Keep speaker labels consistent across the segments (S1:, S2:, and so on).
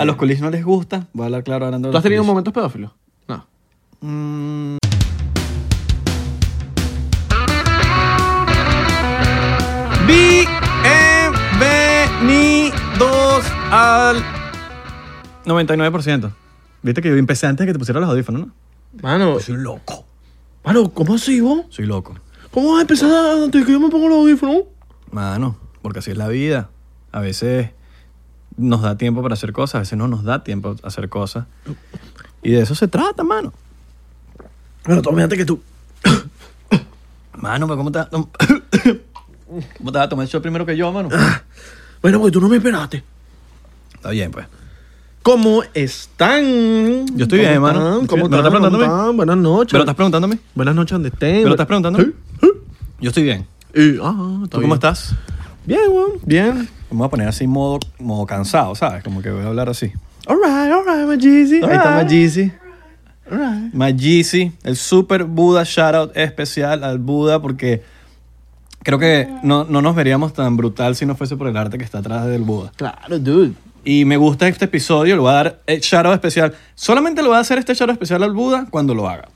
S1: A los colis no les gusta. Voy a hablar claro hablando de
S2: ¿Tú has
S1: los
S2: tenido
S1: colis.
S2: momentos pedófilos? No.
S1: Mm,
S3: Bienvenidos al 99%. Viste que yo empecé antes de que te pusieras los audífonos, ¿no?
S2: Mano,
S3: Soy loco.
S2: mano, ¿cómo así vos?
S3: Soy loco.
S2: ¿Cómo vas a empezar antes de que yo me ponga los audífonos?
S3: Mano, porque así es la vida. A veces nos da tiempo para hacer cosas, a veces no nos da tiempo a hacer cosas. Y de eso se trata, mano.
S2: Bueno, tome antes que tú.
S3: Mano, pero ¿cómo te, vas- ¿cómo te vas a tomar el shot primero que yo, mano?
S2: Bueno, porque tú no me esperaste.
S3: Está bien, pues.
S2: ¿Cómo están?
S3: Yo estoy
S2: ¿Cómo
S3: bien, mano.
S2: están?
S3: Estoy bien.
S2: ¿Cómo
S3: ¿Me lo
S2: están?
S3: estás preguntando a mí?
S2: ¿Cómo están? Buenas noches.
S3: ¿Me lo estás preguntando a mí?
S2: Buenas noches, ¿dónde estén?
S3: ¿Me lo estás preguntando a mí? Yo estoy bien.
S2: Y- ah,
S3: ¿Tú cómo estás?
S2: Bien, weón. Bien.
S3: Vamos a poner así modo, modo cansado, ¿sabes? Como que voy a hablar así. Ah.
S2: Alright, alright, my Jeezy.
S3: Ahí está
S2: alright,
S3: Majisi.
S2: alright.
S3: Majisi, el super Buda, shoutout especial al Buda porque creo que no, no nos veríamos tan brutal si no fuese por el arte que está atrás del Buda.
S2: Claro, dude.
S3: Y me gusta este episodio, le voy a dar eh, shoutout especial. Solamente le voy a hacer este shoutout especial al Buda cuando lo haga.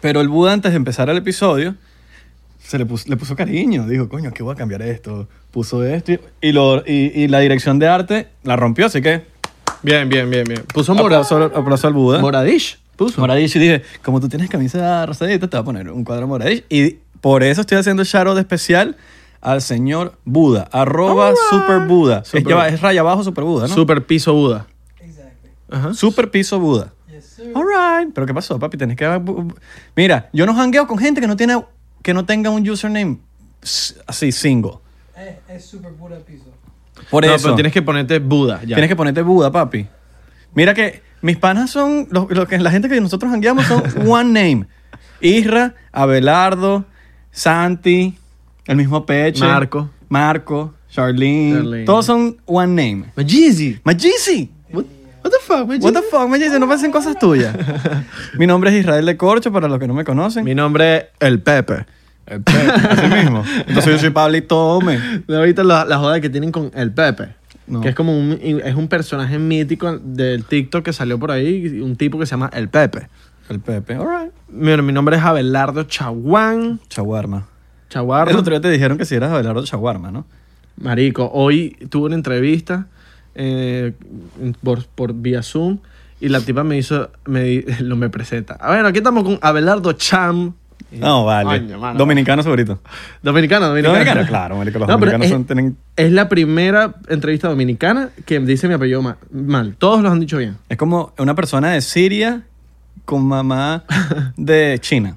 S3: Pero el Buda antes de empezar el episodio se le puso, le puso cariño, dijo, coño, ¿qué voy a cambiar esto? Puso esto y, y lo, y, y la dirección de arte la rompió, así que
S2: Bien, bien, bien, bien. Puso mora,
S3: abrazo, abrazo al Buda.
S2: moradish. Puso.
S3: Moradish y dije, como tú tienes camisa rosadita, te voy a poner un cuadro Moradish. Y por eso estoy haciendo shoutout especial al señor Buda, arroba
S2: Alright.
S3: super Buda. Es,
S2: Super
S3: ya va-
S2: Buda.
S3: es raya abajo super Buda, ¿no? Super,
S2: Super piso Buda. Ajá.
S3: piso Buda. Alright. Pero ¿qué pasó, papi? Tenés que... bu- bu- Mira, yo no hangueo con gente que no, tiene, que no tenga un username s- así, single.
S1: Es, Eh, es super pura piso.
S3: Por
S2: no,
S3: eso.
S2: pero tienes que ponerte Buda ya.
S3: Tienes que ponerte Buda, papi. Mira que mis panas son, lo, lo que, la gente que nosotros hangueamos son one name. Isra, Abelardo, Santi, el mismo Peche.
S2: Marco.
S3: Marco, Charlene.
S2: Charlene.
S3: Todos son one name.
S2: My Jeezy.
S3: Majisi.
S2: What, what the fuck, my
S3: Eh, What the
S2: Jeezy?
S3: fuck, Majisi, no pasen cosas tuyas. Mi nombre es Israel de Corcho, para los que no me conocen.
S2: Mi nombre es El Pepe.
S3: El Pepe, así mismo. Entonces yo soy Pablito Tome.
S2: De ahorita la, la joda que tienen con El Pepe.
S3: No.
S2: Que es como un, es un personaje mítico del TikTok que salió por ahí, un tipo que se llama El Pepe.
S3: El Pepe, alright.
S2: Mira, mi nombre es Abelardo Chaguán.
S3: Chaguarma. El
S2: Chaguardo.
S3: otro día te dijeron que si eras Abelardo Chaguarma, ¿no?
S2: Marico, hoy tuve una entrevista eh, por, por vía Zoom y la tipa me hizo, me, di- lo me presenta. A ver, aquí estamos con Abelardo Cham.
S3: No, vale.
S2: Eh, Coño, mano.
S3: Dominicano favorito.
S2: Dominicano, dominicano.
S3: Dominicano, claro, marico, los
S2: pero
S3: dominicanos
S2: es,
S3: son- tienen-
S2: es la primera entrevista dominicana que dice mi apellido ma- mal. Todos los han dicho bien.
S3: Es como una persona de Siria con mamá de China.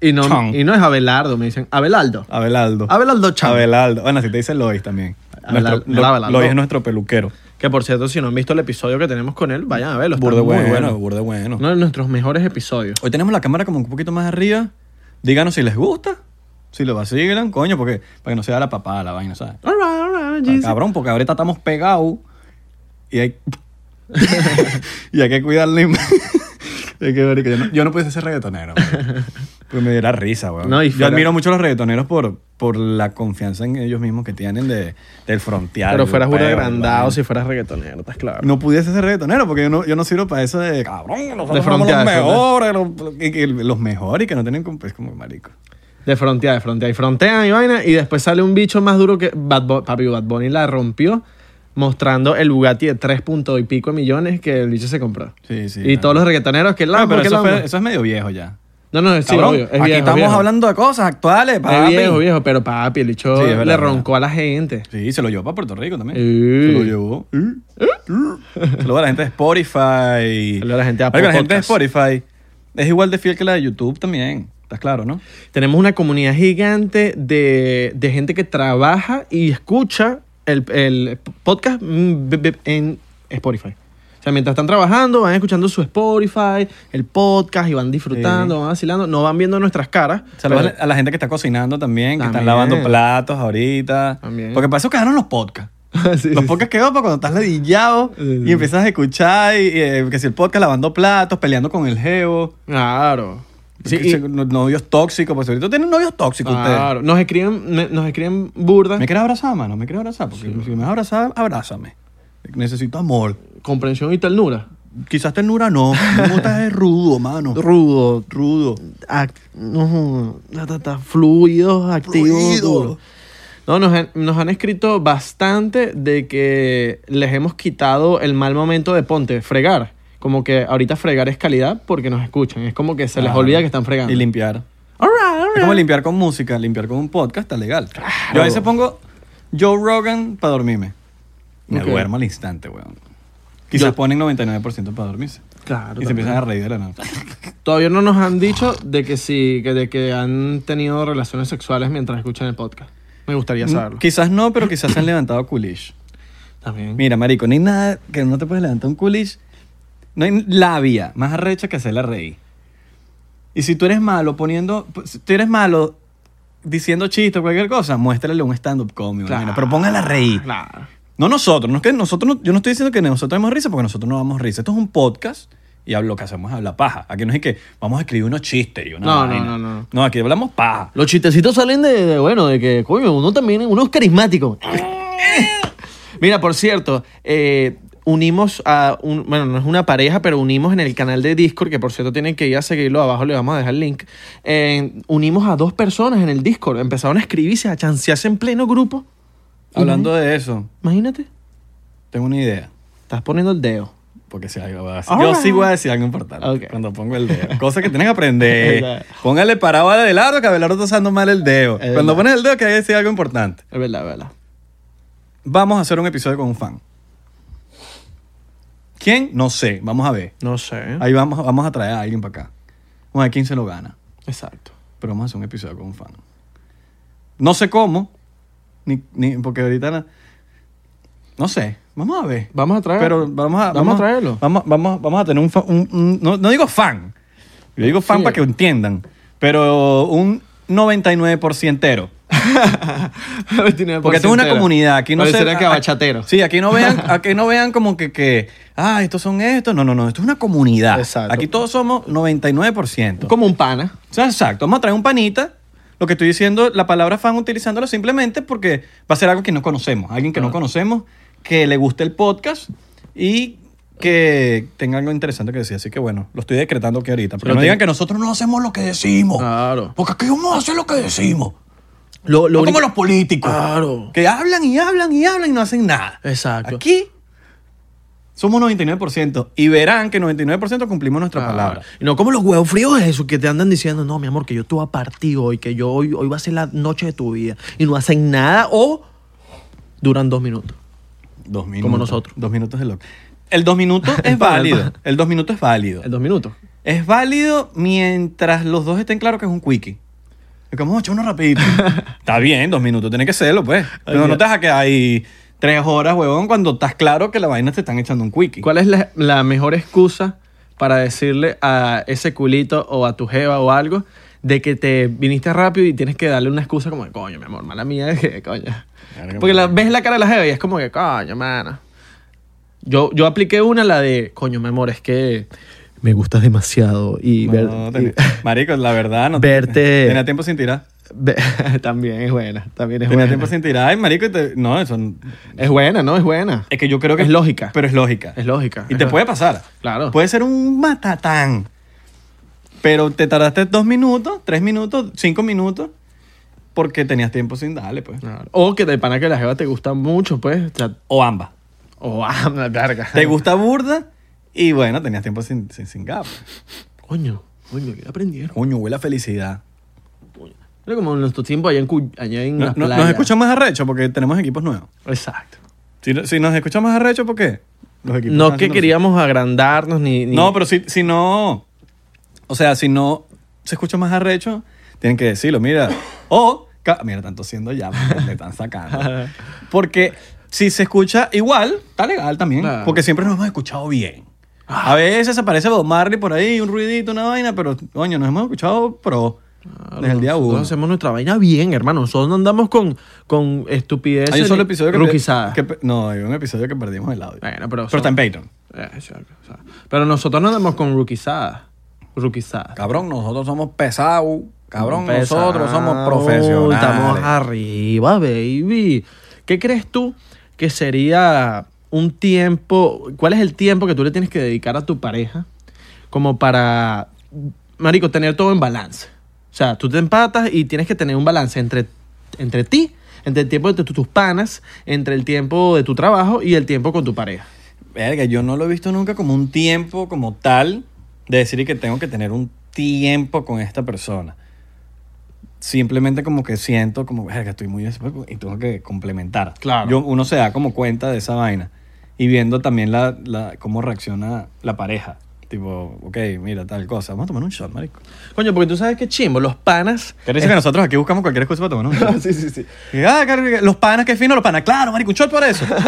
S2: Y no,
S3: Cham.
S2: y no es Abelardo, me dicen Abelardo.
S3: Abelardo.
S2: Abelardo Cham.
S3: Abelardo. Bueno, así te dice Lois también.
S2: Ah, Abelardo,
S3: Nuestro- Lo-
S2: Abelardo.
S3: Lois es nuestro peluquero.
S2: Que por cierto, si no han visto el episodio que tenemos con él, vayan a verlo. Está
S3: Burde
S2: muy
S3: bueno,
S2: bueno.
S3: burde bueno.
S2: Uno de nuestros mejores episodios.
S3: Hoy tenemos la cámara como un poquito más arriba. Díganos si les gusta. Si lo vacilan, coño, porque para que no sea la papada la vaina, ¿sabes?
S2: All right, all right,
S3: Ah,
S2: Jesus.
S3: Cabrón, porque ahorita estamos pegados y hay, y hay que cuidar la imagen. Es que, marico, yo no, yo no pudiese ser reggaetonero. marico. Porque me diera risa, weón.
S2: No, y
S3: yo
S2: fuera-
S3: admiro mucho a los reggaetoneros por, por la confianza en ellos mismos que tienen de, del frontear.
S2: Pero
S3: del
S2: fueras un
S3: peo,
S2: agrandado
S3: weón.
S2: si fueras reggaetonero, estás claro.
S3: No pudiese ser reggaetonero porque yo no, yo no sirvo para eso de cabrón, nosotros
S2: De
S3: somos los
S2: frontear,
S3: mejores, los, y que- los mejores que no tienen comp- es como marico.
S2: De frontear, de frontear. Y frontean y vaina. Y después sale un bicho más duro que Bad Bunny. Papi, Bad Bunny la rompió mostrando el Bugatti de 3 punto y pico millones que el bicho se compró.
S3: Sí, sí.
S2: y todos los reggaetoneros que la
S3: No, pero
S2: que
S3: eso, fue-
S2: Lambo.
S3: eso es medio viejo ya.
S2: No, no, sí,
S3: Cabrón,
S2: obvio. Es
S3: aquí
S2: viejo,
S3: estamos
S2: viejo.
S3: hablando de cosas actuales,
S2: Es
S3: papi.
S2: viejo, viejo. Pero papi, el bicho
S3: Sí, es verdad,
S2: le
S3: es
S2: roncó a la gente.
S3: Sí, se lo llevó para Puerto Rico también.
S2: Eh.
S3: Se lo llevó. eh. Luego la gente de Spotify.
S2: Saludo a la gente de Apple
S3: Marico, la gente de
S2: Podcast.
S3: Spotify es igual de fiel que la de YouTube también. Estás claro, ¿no?
S2: Tenemos una comunidad gigante de, de gente que trabaja y escucha el, el podcast mm, b- b- en Spotify. O sea, mientras están trabajando, van escuchando su Spotify, el podcast y van disfrutando, van vacilando, no van viendo nuestras caras.
S3: Saludos
S2: pero-
S3: a la- a la gente que está cocinando también, que están
S2: También.
S3: lavando platos ahorita.
S2: También.
S3: Porque para eso quedaron los podcasts.
S2: Sí,
S3: los
S2: sí,
S3: podcasts quedó para cuando estás ladillado
S2: Sí, sí.
S3: y empiezas a escuchar y, eh, que si el podcast lavando platos, peleando con el jevo.
S2: sí. Claro. Sí,
S3: Que
S2: y-
S3: se- no- novios tóxicos, pues ahorita tienen novios tóxicos ustedes.
S2: claro. Nos escriben, me- nos escriben burda.
S3: ¿Me quieres abrazar, mano? ¿Me quieres abrazar? Porque si me vas a abrazar, abrázame. Necesito amor.
S2: Comprensión y ternura.
S3: Quizás ternura no. Me gusta es rudo, mano.
S2: Rudo.
S3: Rudo.
S2: act- no, ta, ta, ta, fluidos, activos.
S3: Fluido.
S2: duro. No, nos han, nos han escrito bastante de que les hemos quitado el mal momento de ponte, fregar. Como que ahorita fregar es calidad porque nos escuchan. Es como que se les
S3: Claro.
S2: olvida que están fregando.
S3: Y limpiar.
S2: All right, all
S3: Es como
S2: right.
S3: limpiar con música, limpiar con un podcast está legal. Yo a veces pongo Joe Rogan para dormirme. Me
S2: Ok.
S3: duermo al instante, weón. Quizás
S2: Yo-
S3: ponen 99% para dormirse.
S2: Claro,
S3: y se
S2: también.
S3: empiezan a reír de la nada.
S2: Todavía no nos han dicho de que sí, que de que han tenido relaciones sexuales mientras escuchan el podcast. Me
S3: Mm,
S2: gustaría saberlo.
S3: Quizás no, pero quizás se han levantado culish.
S2: También.
S3: Mira, marico, no hay nada que no te puedes levantar un culish. No hay labia más arrecha que hacerla reír. Y si tú eres malo poniendo... Si tú eres malo diciendo chistes o cualquier cosa, muéstrale un stand-up comedy.
S2: Claro.
S3: Claro. Pero póngala a reír.
S2: Claro.
S3: No nosotros, no es que nosotros no- yo no estoy diciendo que nosotros damos risa porque nosotros no damos risa. Esto es un podcast y hab- lo que hacemos es hablar paja. Aquí no es que vamos a escribir unos chistes y una
S2: No, no,
S3: vaina.
S2: no, no.
S3: No, aquí hablamos paja.
S2: Los chistecitos salen de, de, bueno, de que, coño, uno también, uno es carismático. Mira, por cierto, eh, unimos a, un, bueno, no es una pareja, pero unimos en el canal de Discord, que por cierto tienen que ir a seguirlo, abajo le vamos a dejar el link, eh, unimos a dos personas en el Discord, empezaron a escribirse, a chancearse en pleno grupo.
S3: Hablando de eso,
S2: Imagínate,
S3: tengo una idea.
S2: estás poniendo el dedo.
S3: Porque si algo voy a decir.
S2: All
S3: Yo
S2: right.
S3: sí voy a decir algo importante
S2: Ok.
S3: cuando pongo el dedo. Cosa que tienes que aprender.
S2: Verdad.
S3: Póngale parado a Abelardo que Abelardo está usando mal el dedo.
S2: Es
S3: Cuando
S2: verdad.
S3: pones el dedo que hay que decir algo importante.
S2: Es verdad, es verdad.
S3: Vamos a hacer un episodio con un fan. ¿Quién? No sé. Vamos a ver.
S2: No sé.
S3: Ahí vamos, vamos a traer a alguien para acá. Vamos a ver quién se lo gana.
S2: Exacto.
S3: Pero vamos a hacer un episodio con un fan. No sé cómo. Ni, ni- porque ahorita... la- no sé. Vamos a ver.
S2: Vamos a traer.
S3: Pero vamos a...
S2: Ah, Vamos a traerlo.
S3: Vamos, vamos, vamos a tener un... fa- un- un- no, no digo fan. Yo digo fan
S2: Sí.
S3: para que entiendan. Pero un 99%ero. Porque esto es una comunidad. Aquí no se-
S2: Pareciera que
S3: a-
S2: abachatero.
S3: Sí, aquí no vean, aquí no vean como que, que, ah, estos son estos. No, no, no. Esto es una comunidad.
S2: Exacto.
S3: Aquí todos somos 99%.
S2: Como un pana.
S3: O sea, exacto. Vamos a traer un panita. Lo que estoy diciendo, la palabra fan utilizándola simplemente porque va a ser algo que no conocemos. Alguien que no conocemos, que le guste el podcast y que tenga algo interesante que decir. Así que bueno, lo estoy decretando aquí ahorita. Pero
S2: Lo
S3: no
S2: tiene-
S3: digan que nosotros no hacemos lo que decimos.
S2: Claro.
S3: Porque aquí vamos a hacer lo que decimos.
S2: Lo,
S3: no
S2: lo
S3: como
S2: único-
S3: los políticos.
S2: Claro.
S3: Que hablan y hablan y hablan y no hacen nada.
S2: Exacto.
S3: Aquí somos 99% y verán que 99% cumplimos nuestra
S2: Claro.
S3: palabra.
S2: Y no como los huevos fríos esos que te andan diciendo, no, mi amor, que yo te voy a partir hoy, que yo hoy, hoy va a ser la noche de tu vida. Y no hacen nada o duran dos minutos.
S3: Dos minutos.
S2: nosotros.
S3: Dos minutos de loco. El dos minutos es válido. El dos minutos es válido.
S2: ¿El dos minutos?
S3: Es válido mientras los dos estén claros que es un quickie. Es como, echa uno rapidito. Está bien, dos minutos, tiene que serlo, pues. Pero no te vas a quedar ahí tres horas, huevón, cuando estás claro que la vaina te están echando un quickie.
S2: ¿Cuál es la, la mejor excusa para decirle a ese culito o a tu jeva o algo de que te viniste rápido y tienes que darle una excusa como, coño, mi amor, mala mía, que coño.
S3: Verga,
S2: Porque la-
S3: mano.
S2: ves la cara de la jeva y es como que, coño, mano. Yo, yo apliqué una, la de, coño, mi amor, es que me gustas demasiado y,
S3: No,
S2: ver-
S3: no
S2: y-
S3: tenés- Marico, la verdad, no.
S2: Verte-
S3: Tenía tiempo sin tirar.
S2: Ve- también es buena, también es
S3: Tenía
S2: buena.
S3: tiempo sin tirar. Ay, marico, te- no, eso. n-
S2: Es buena, ¿no? Es buena.
S3: Es que yo creo que.
S2: Es lógica.
S3: Pero es lógica.
S2: Es lógica.
S3: Y
S2: es
S3: te
S2: lógica.
S3: puede pasar.
S2: Claro.
S3: Puede ser un matatán. Pero te tardaste dos minutos, tres minutos, cinco minutos, porque tenías tiempo sin darle, pues.
S2: Claro. O que de pana que la jeva te gusta mucho, pues. O, sea,
S3: O ambas. Oh,
S2: o ah, la verga.
S3: Te gusta burda y bueno, tenías tiempo sin, sin, sin gap.
S2: Coño, coño, ¿qué aprendieron?
S3: Coño, huele a felicidad.
S2: Era como en nuestro tiempo allá en, Cu- allá en
S3: No-
S2: las
S3: no- nos
S2: playas.
S3: escuchan más arrecho porque tenemos equipos nuevos.
S2: Exacto.
S3: Si, no- si nos escuchan más arrecho, ¿por qué? Los equipos
S2: No
S3: están
S2: que
S3: haciendo-
S2: queríamos agrandarnos ni... ni-
S3: No, pero si, si no. O sea, si no se escucha más arrecho, tienen que decirlo, mira. O. ca- Mira, tanto siendo ya, le están sacando. Porque si se escucha igual, está legal también.
S2: Claro.
S3: Porque siempre nos hemos escuchado bien. A veces aparece Bob Marley por ahí, un ruidito, una vaina, pero coño, nos hemos escuchado pro
S2: Claro,
S3: desde el día
S2: nosotros
S3: uno.
S2: hacemos nuestra vaina bien, hermano. Nosotros no andamos con, con estupidez.
S3: Hay un solo episodio que,
S2: Ruquizada.
S3: que pe- No, hay un episodio que perdimos el audio.
S2: Bueno, pero
S3: pero
S2: son-
S3: está en Patreon.
S2: Eh, exacto, exacto. Pero nosotros no andamos con ruquizadas. Ruquizadas.
S3: Cabrón, nosotros somos pesados. Cabrón,
S2: Pesado,
S3: nosotros somos profesionales.
S2: Estamos arriba, baby. ¿Qué crees tú que sería un tiempo, cuál es el tiempo que tú le tienes que dedicar a tu pareja como para, marico, tener todo en balance. O sea, tú te empatas y tienes que tener un balance entre, entre ti, entre el tiempo de tu- tus panas, entre el tiempo de tu trabajo y el tiempo con tu pareja.
S3: Verga, yo no lo he visto nunca como un tiempo como tal de decir que tengo que tener un tiempo con esta persona. Simplemente como que siento como, verga, estoy muy desesperado y tengo que complementar.
S2: Claro.
S3: Yo- uno se da como cuenta de esa vaina y viendo también la, la- cómo reacciona la pareja. Tipo, ok, mira, tal cosa. Vamos a tomar un shot, marico.
S2: Coño, porque tú sabes que chimbo, los panas...
S3: Pero dice que nosotros aquí buscamos cualquier excusa para tomar un shot.
S2: sí, sí, sí.
S3: Y, ah, car- los panas, qué fino los panas. Claro, marico, un shot por eso. No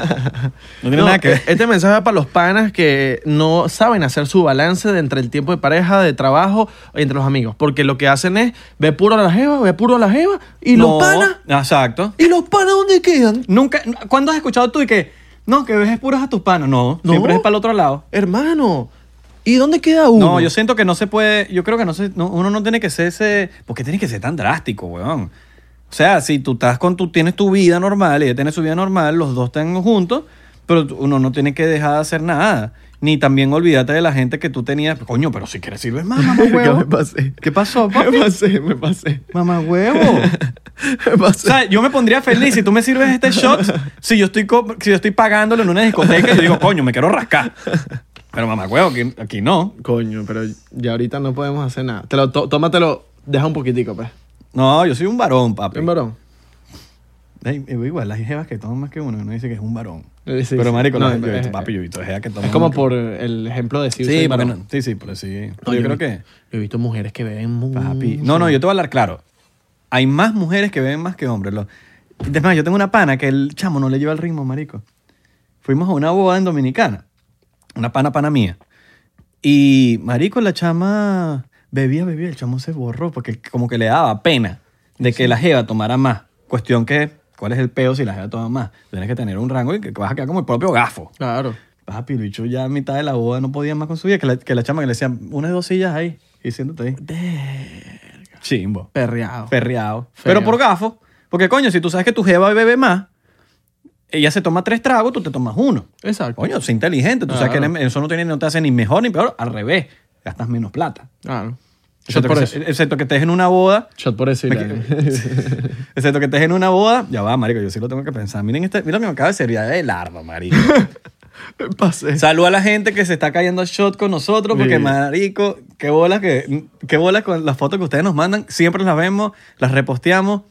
S3: tiene
S2: No,
S3: nada que ver.
S2: Este mensaje va para los panas que no saben hacer su balance de entre el tiempo de pareja, de trabajo, entre los amigos. Porque lo que hacen es ve puro a la jeva, ve puro a la jeva. ¿Y
S3: No,
S2: los panas?
S3: Exacto.
S2: ¿Y los panas dónde quedan?
S3: Nunca, ¿cuándo has escuchado tú y que no, que ves puras a tus panos? No,
S2: No.
S3: siempre es para el otro lado.
S2: Hermano, ¿y dónde queda uno?
S3: No, yo siento que no se puede, yo creo que no se, no, uno no tiene que ser ese, porque tiene que ser tan drástico, weón. O sea, si tú estás con tu, tienes tu vida normal y ella tiene su vida normal, los dos están juntos, pero tú- uno no tiene que dejar de hacer nada. Ni también olvídate de la gente que tú tenías. Coño, pero si quieres sirves más, mamá huevo.
S2: pasé?
S3: ¿Qué pasó, papi?
S2: pasé? Me pasé.
S3: Mamá huevo.
S2: Me
S3: O sea, yo me pondría feliz si tú me sirves este shot, si yo estoy, co- si yo estoy pagándolo en una discoteca y yo digo, coño, me quiero rascar. Pero mamá, huevo, aquí, aquí no.
S2: Coño, pero ya ahorita no podemos hacer nada. Te lo, tó- tómatelo, deja un poquitico, pues.
S3: No, yo soy un varón, papi.
S2: ¿Ven, varón?
S3: Ey, ey, igual, hay jevas que toman más que uno. Uno dice que es un varón.
S2: Sí, sí,
S3: Pero
S2: sí.
S3: marico,
S2: No,
S3: no, yo he
S2: es-
S3: visto, papi, yo he visto jevas que toman
S2: Es como
S3: más que-
S2: por el ejemplo de si
S3: Sí,
S2: soy varón.
S3: bueno, sí, sí, pero sí.
S2: No,
S3: yo, creo
S2: he
S3: que...
S2: visto- Yo he visto mujeres que beben mucho.
S3: Papi. No, no, yo te voy a hablar claro. Hay más mujeres que beben más que hombres. Lo... Es más, yo tengo una pana que el chamo no le lleva el ritmo, marico. Fuimos a una boda en Dominicana. Una pana, pana mía. Y, marico, la chama bebía, bebía. El chamo se borró porque como que le daba pena de que la jeva tomara más. Cuestión que, ¿cuál es el peo si la jeva toma más? Tienes que tener un rango y que vas a quedar como el propio gafo.
S2: Claro.
S3: Papi, el bicho ya a mitad de la boda no podía más con su vida. Que la, que la chama que le decían unas dos sillas ahí y siéntate ahí. Chimbo.
S2: Perreado.
S3: Ferreado.
S2: Feo.
S3: Pero por gafo. Porque, coño, si tú sabes que tu jeva bebe más, ella se toma tres tragos, tú te tomas uno.
S2: Exacto.
S3: Coño, sé inteligente. Tú sabes que
S2: Claro.
S3: eso no, tiene, no te hace ni mejor ni peor. Al revés, gastas menos plata.
S2: Claro. Shot
S3: Excepto
S2: por
S3: que,
S2: eso.
S3: excepto que estés en una boda.
S2: Shot por eso. Irán.
S3: Excepto que estés en una boda. Ya va, marico, yo sí lo tengo que pensar. Miren, este, mira lo que me acaba de servir de largo, marico.
S2: Pasé.
S3: Salud a la gente que se está cayendo a shot con nosotros, porque
S2: Sí.
S3: marico, qué bolas que, qué bolas con las fotos que ustedes nos mandan. Siempre las vemos, las reposteamos.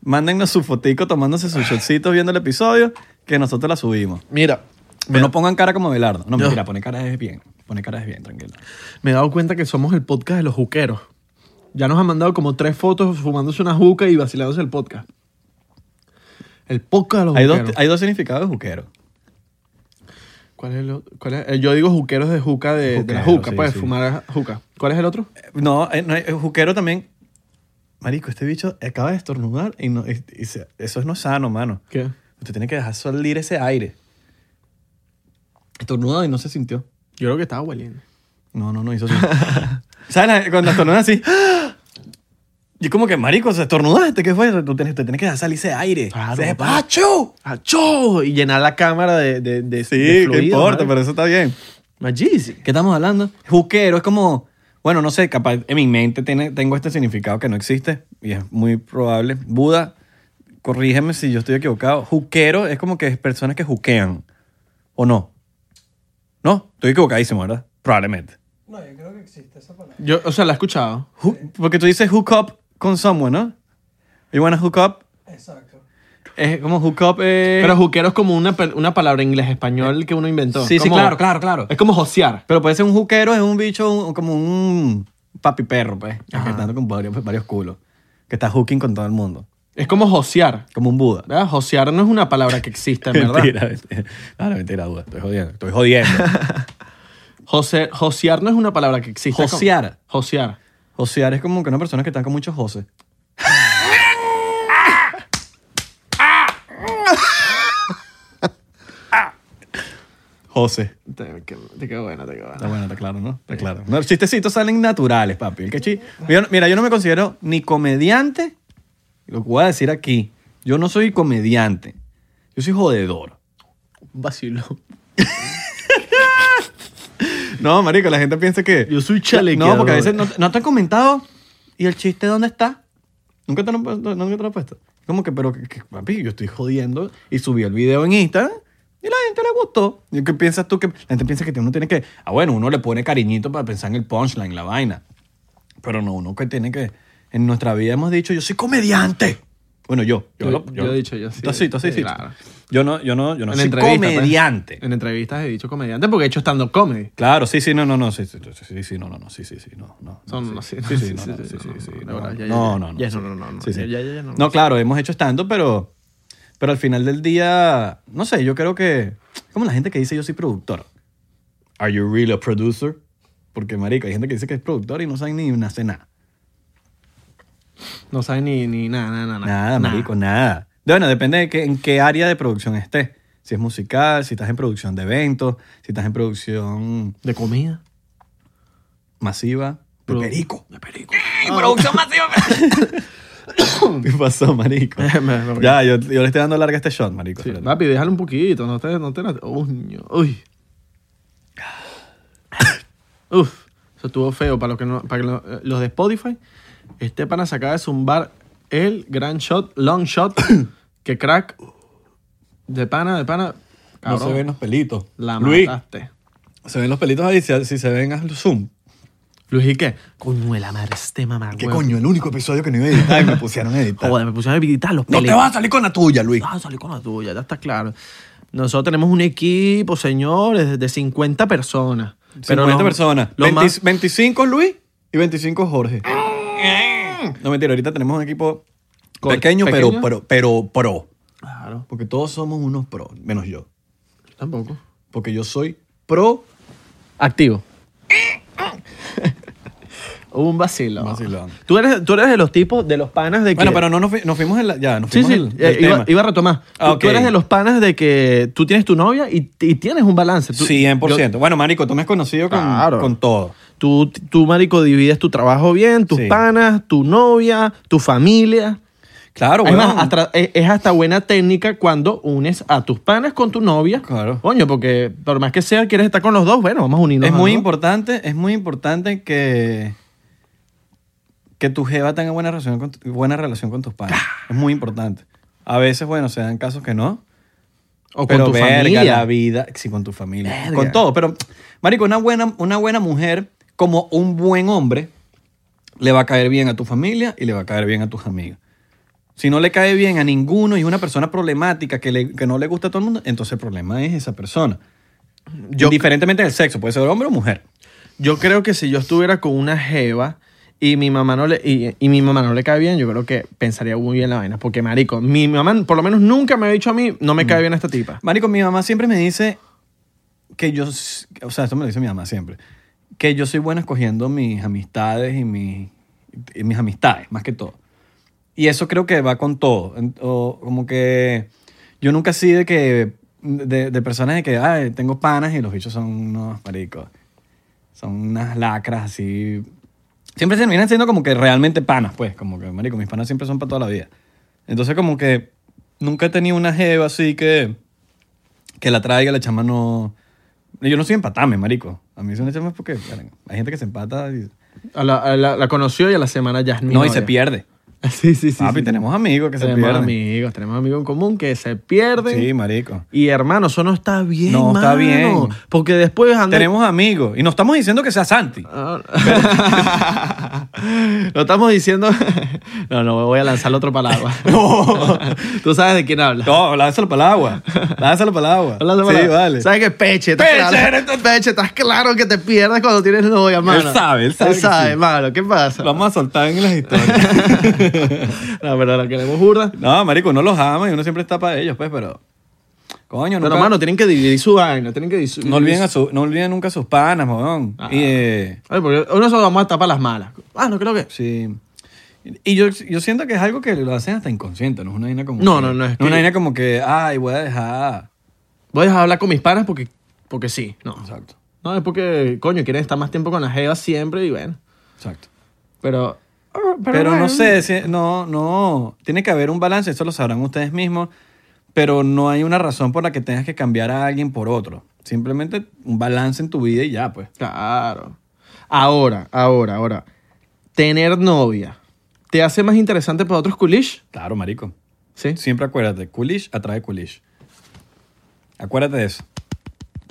S3: Mándennos su fotico tomándose sus shotcitos viendo el episodio, que nosotros la subimos.
S2: Mira,
S3: Pero no pongan cara como Belardo. No, mentira, pone cara es bien. Pone cara es bien, tranquilo.
S2: me he dado cuenta que somos el podcast de los juqueros. Ya nos han mandado como tres fotos fumándose una juca y vacilándose el podcast. El podcast de los
S3: Hay dos,
S2: juqueros.
S3: hay dos significados de juquero.
S2: ¿Cuál es el otro? ¿Cuál es? Eh, Yo digo juqueros de juca de, de la
S3: Juquero,
S2: juca,
S3: sí,
S2: pues,
S3: sí.
S2: fumar juca. ¿Cuál es el otro?
S3: Eh, No, eh, no, eh, juquero también. Marico, este bicho acaba de estornudar y, no, y- y se- eso no es sano, mano.
S2: ¿Qué?
S3: Usted tiene que dejar salir ese aire. Estornudado y no se sintió.
S2: Yo creo que estaba hueliendo.
S3: No, no, no hizo así. ¿Sabes? la- Cuando estornudas así. Y como que, marico, se estornudaste. ¿Qué fue? Tú tienes, te tienes que dejar salir ese aire.
S2: Claro,
S3: Ese-
S2: papá.
S3: ¡Achú!
S2: ¡Achó! Y llenar la cámara de, de, de
S3: Sí,
S2: de
S3: qué
S2: fluido,
S3: importa,
S2: madre.
S3: pero eso está bien.
S2: Más Yeezy.
S3: ¿Qué estamos hablando? Juquero es como, bueno, no sé, capaz en mi mente tiene- tengo este significado que no existe y es muy probable. Buda, corrígeme si yo estoy equivocado. Juquero es como que es personas que juquean, ¿o no? No, estoy equivocadísimo, ¿verdad? Probablemente.
S1: No, yo creo que existe esa palabra.
S2: Yo, o sea, la he escuchado.
S3: Ju- porque tú dices hook up con someone, ¿no? You wanna hook up?
S1: Exacto.
S3: Es como hook up. eh,
S2: Pero juquero es como una, pel- una palabra en inglés español que uno inventó.
S3: Sí, sí,
S2: Como-
S3: claro, claro, claro.
S2: Es como josear.
S3: Pero puede ser un juquero, es un bicho un- como un papi perro, pues. Que
S2: Ajá.
S3: está con varios, varios culos. Que está hooking con todo el mundo.
S2: Es como josear.
S3: Como un Buda.
S2: ¿verdad? Josear no es una palabra que exista, en ¿verdad?
S3: Mentira, mentira. Ah, no, mentira, Buda. Estoy jodiendo. Estoy jodiendo.
S2: Jose- josear no es una palabra que exista. Es como-
S3: Josear.
S2: Josear.
S3: Josear es como que una persona que está con muchos José. José.
S2: Te, que- te quedó buena, te quedó buena.
S3: Está bueno, está claro, ¿no? Está claro. No, los chistecitos salen naturales, papi. El que chi- Yo no- mira, yo no me considero ni comediante, lo que voy a decir aquí. Yo no soy comediante. Yo soy jodedor.
S2: Vacilo.
S3: No, marico, la gente piensa que...
S2: Yo soy chalequeador.
S3: No, porque a veces no, no te han comentado. ¿Y el chiste dónde está? Nunca te lo han puesto. Nunca te lo han puesto. Como que, pero, que- que, papi, yo estoy jodiendo. Y subí el video en Instagram y la gente le gustó. ¿Y qué piensas tú? Que, la gente piensa que uno tiene que... Ah, bueno, uno le pone cariñito para pensar en el punchline, la vaina. Pero no, uno que tiene que... En nuestra vida hemos dicho, yo soy comediante. Bueno, yo. Yo,
S2: Yo-
S3: lo,
S2: yo he dicho, yo sí.
S3: Tú sí, tú sí,
S2: Sí,
S3: sí.
S2: claro.
S3: Yo no, yo no, yo no
S2: En
S3: soy
S2: entrevistas, pues.
S3: comediante.
S2: En entrevistas he dicho comediante porque he hecho stand-up comedy.
S3: Claro, sí, sí, no, no, no, sí, sí, sí, sí, sí, no, no, no, sí, sí, sí, no, no. no,
S2: Son
S3: sí,
S2: así,
S3: sí,
S2: ¿no?
S3: sí, no,
S2: Sí,
S3: no,
S2: sí,
S3: sí,
S2: sí,
S3: sí,
S2: no,
S3: sí, no,
S2: no, no, ya, ya,
S3: no, no,
S2: ya.
S3: no,
S2: Ya,
S3: sí,
S2: no, no, no, no,
S3: sí, sí.
S2: ya, ya, ya, ya, no,
S3: No,
S2: sí.
S3: claro, hemos hecho estando, pero, pero al final del día, no sé, yo creo que, como la gente que dice yo soy productor. Are you really a producer? Porque, marico, hay gente que dice que es productor y no saben ni hacer nada.
S2: No sabe ni, ni nada, nada, nada.
S3: Nada, marico, nada. Bueno, depende de que, en qué área de producción estés. Si es musical, si estás en producción de eventos, si estás en producción
S2: De comida.
S3: masiva. De
S2: Pro-
S3: perico.
S2: De perico.
S3: producción masiva. ¿Qué pasó, marico?
S2: Me- me-
S3: ya, yo, yo le estoy dando larga a este shot, marico.
S2: Sí,
S3: Espérate.
S2: papi, déjalo un poquito, no te... No te uy, uy. Uf, eso estuvo feo para, los que no, para que no- eh, los de Spotify. Este pana se acaba de zumbar el gran shot, long shot, que crack. De pana, de pana.
S3: no
S2: Cabrón,
S3: se ven los pelitos.
S2: La
S3: Luis,
S2: mataste.
S3: se ven los pelitos ahí. Si, si se ven, al zoom.
S2: Luis, ¿y qué? Coño, de la madre, este mamá,
S3: ¿Qué
S2: huevo.
S3: coño? El único episodio que no iba a editar y me pusieron a editar.
S2: Joder, me pusieron a gritar los
S3: no te
S2: peleos.
S3: vas a salir con la tuya, Luis.
S2: Ah, salí con la tuya, ya está claro. Nosotros tenemos un equipo, señores, de 50 personas.
S3: 50
S2: no-
S3: personas.
S2: lo
S3: 20
S2: más-
S3: 25 Luis y 25 Jorge. no mentira, ahorita tenemos un equipo
S2: Cor-
S3: pequeño,
S2: pequeño.
S3: Pero, pero, pero pro.
S2: Claro,
S3: Porque todos somos unos pro, menos yo.
S2: tampoco.
S3: Porque yo soy pro
S2: Activo. Hubo un vacilo.
S3: Vacilón.
S2: Tú eres, tú eres de los tipos, de los panas de que.
S3: Bueno, pero no nos, fui- nos fuimos en la- ya, nos
S2: Sí,
S3: fuimos
S2: sí,
S3: del-
S2: eh,
S3: del
S2: iba,
S3: tema.
S2: iba a retomar. Tú-
S3: Ah,
S2: tú,
S3: ok.
S2: eres de los panas de que tú tienes tu novia y, y tienes un balance. Tú-
S3: 100%. bueno, marico, tú me has conocido con,
S2: Claro.
S3: con todo.
S2: Tú, tú, marico, divides tu trabajo bien, tus
S3: Sí.
S2: panas, tu novia, tu familia.
S3: Claro,
S2: Es
S3: weón.
S2: más, hasta- es, es hasta buena técnica cuando unes a tus panas con tu novia.
S3: Claro.
S2: Coño, porque por más que sea, quieres estar con los dos, bueno, vamos a unirnos.
S3: es
S2: a
S3: muy
S2: los dos.
S3: importante, es muy importante que que tu jeva tenga buena relación con tu- buena relación con tus padres. Es muy importante. A veces, bueno, se dan casos que no.
S2: O
S3: pero
S2: con tu
S3: verga, la
S2: familia.
S3: vida, sí, con tu familia,
S2: Verga.
S3: con todo, pero marico, una buena una buena mujer como un buen hombre le va a caer bien a tu familia y le va a caer bien a tus amigos. Si no le cae bien a ninguno y es una persona problemática que, le- que no le gusta a todo el mundo, entonces el problema es esa persona.
S2: Yo-
S3: Indiferentemente del sexo, puede ser hombre o mujer.
S2: Yo creo que si yo estuviera con una jeva y mi mamá no le y, y mi mamá no le cae bien, yo creo que pensaría muy bien la vaina, porque marico, mi mamá por lo menos nunca me ha dicho a mí no
S3: Mm.
S2: me cae bien esta tipa.
S3: Marico, mi mamá siempre me dice que yo, s- o sea, esto me lo dice mi mamá siempre, que yo soy bueno escogiendo mis amistades y, mi- y mis amistades, más que todo. Y eso creo que va con todo. En- o como que yo nunca así de que, de, de personas de que, ay, tengo panas y los bichos son unos maricos. Son unas lacras así. Siempre se terminan siendo como que realmente panas, pues. Como que, marico, mis panas siempre son para toda la vida. Entonces como que nunca he tenido una jeva así que que la traiga, la chama no... Yo no soy empatame, marico. A mí es una chama porque verga, hay gente que se empata y...
S2: A la, a la- la conoció y a la semana ya es mi
S3: No, y se
S2: novia.
S3: pierde.
S2: Sí, sí, sí.
S3: Papi,
S2: sí.
S3: tenemos amigos que se
S2: Tenemos
S3: pierden.
S2: amigos, tenemos amigos en común que se pierden.
S3: Sí, marico.
S2: Y hermano, eso no está bien.
S3: No está
S2: mano,
S3: bien.
S2: Porque después andan-
S3: Tenemos amigos. Y no estamos diciendo que sea Santi.
S2: Ah, no. no estamos diciendo. no, no, voy a lanzar otro palabra.
S3: No.
S2: Tú sabes de quién hablas.
S3: No, lánzalo para el agua. Lánzalo para el agua.
S2: Hablando
S3: sí,
S2: para-
S3: vale.
S2: ¿Sabes qué? Peche.
S3: Peche,
S2: Peche,
S3: eres
S2: claro, Peche, estás claro que te pierdes cuando tienes novia, mano.
S3: sabe, él sabe
S2: Él
S3: que
S2: sabe,
S3: sí.
S2: mano. ¿Qué pasa?
S3: Vamos a soltar en las historias.
S2: No, pero la queremos burda.
S3: no, marico, uno los ama y uno siempre está para ellos, pues, pero... Coño,
S2: Pero,
S3: nunca-
S2: mano, tienen que dividir su vaina. Tienen que dividir su-
S3: no, olviden a su- no olviden nunca a sus panas, mojón.
S2: Ah.
S3: Y... eh,
S2: Ay, porque uno solo vamos a tapar las malas. Ah, no creo que.
S3: Sí. Y yo, yo siento que es algo que lo hacen hasta inconsciente, no es una vaina como.
S2: No,
S3: que-
S2: no, no, es
S3: Es
S2: que-
S3: una vaina como que, ay, voy a dejar.
S2: Voy a dejar de hablar con mis panas porque, porque sí. No.
S3: Exacto,
S2: No, es porque, coño, quieren estar más tiempo con las jevas siempre y bueno.
S3: exacto.
S2: Pero.
S3: Pero, no sé, si- no, no. Tiene que haber un balance, eso lo sabrán ustedes mismos. Pero no hay una razón por la que tengas que cambiar a alguien por otro. Simplemente un balance en tu vida y ya, pues.
S2: Claro. Ahora, ahora, ahora. Tener novia. ¿Te hace más interesante para otros coolish?
S3: Claro, marico.
S2: Sí.
S3: Siempre acuérdate, coolish atrae coolish. Acuérdate de eso.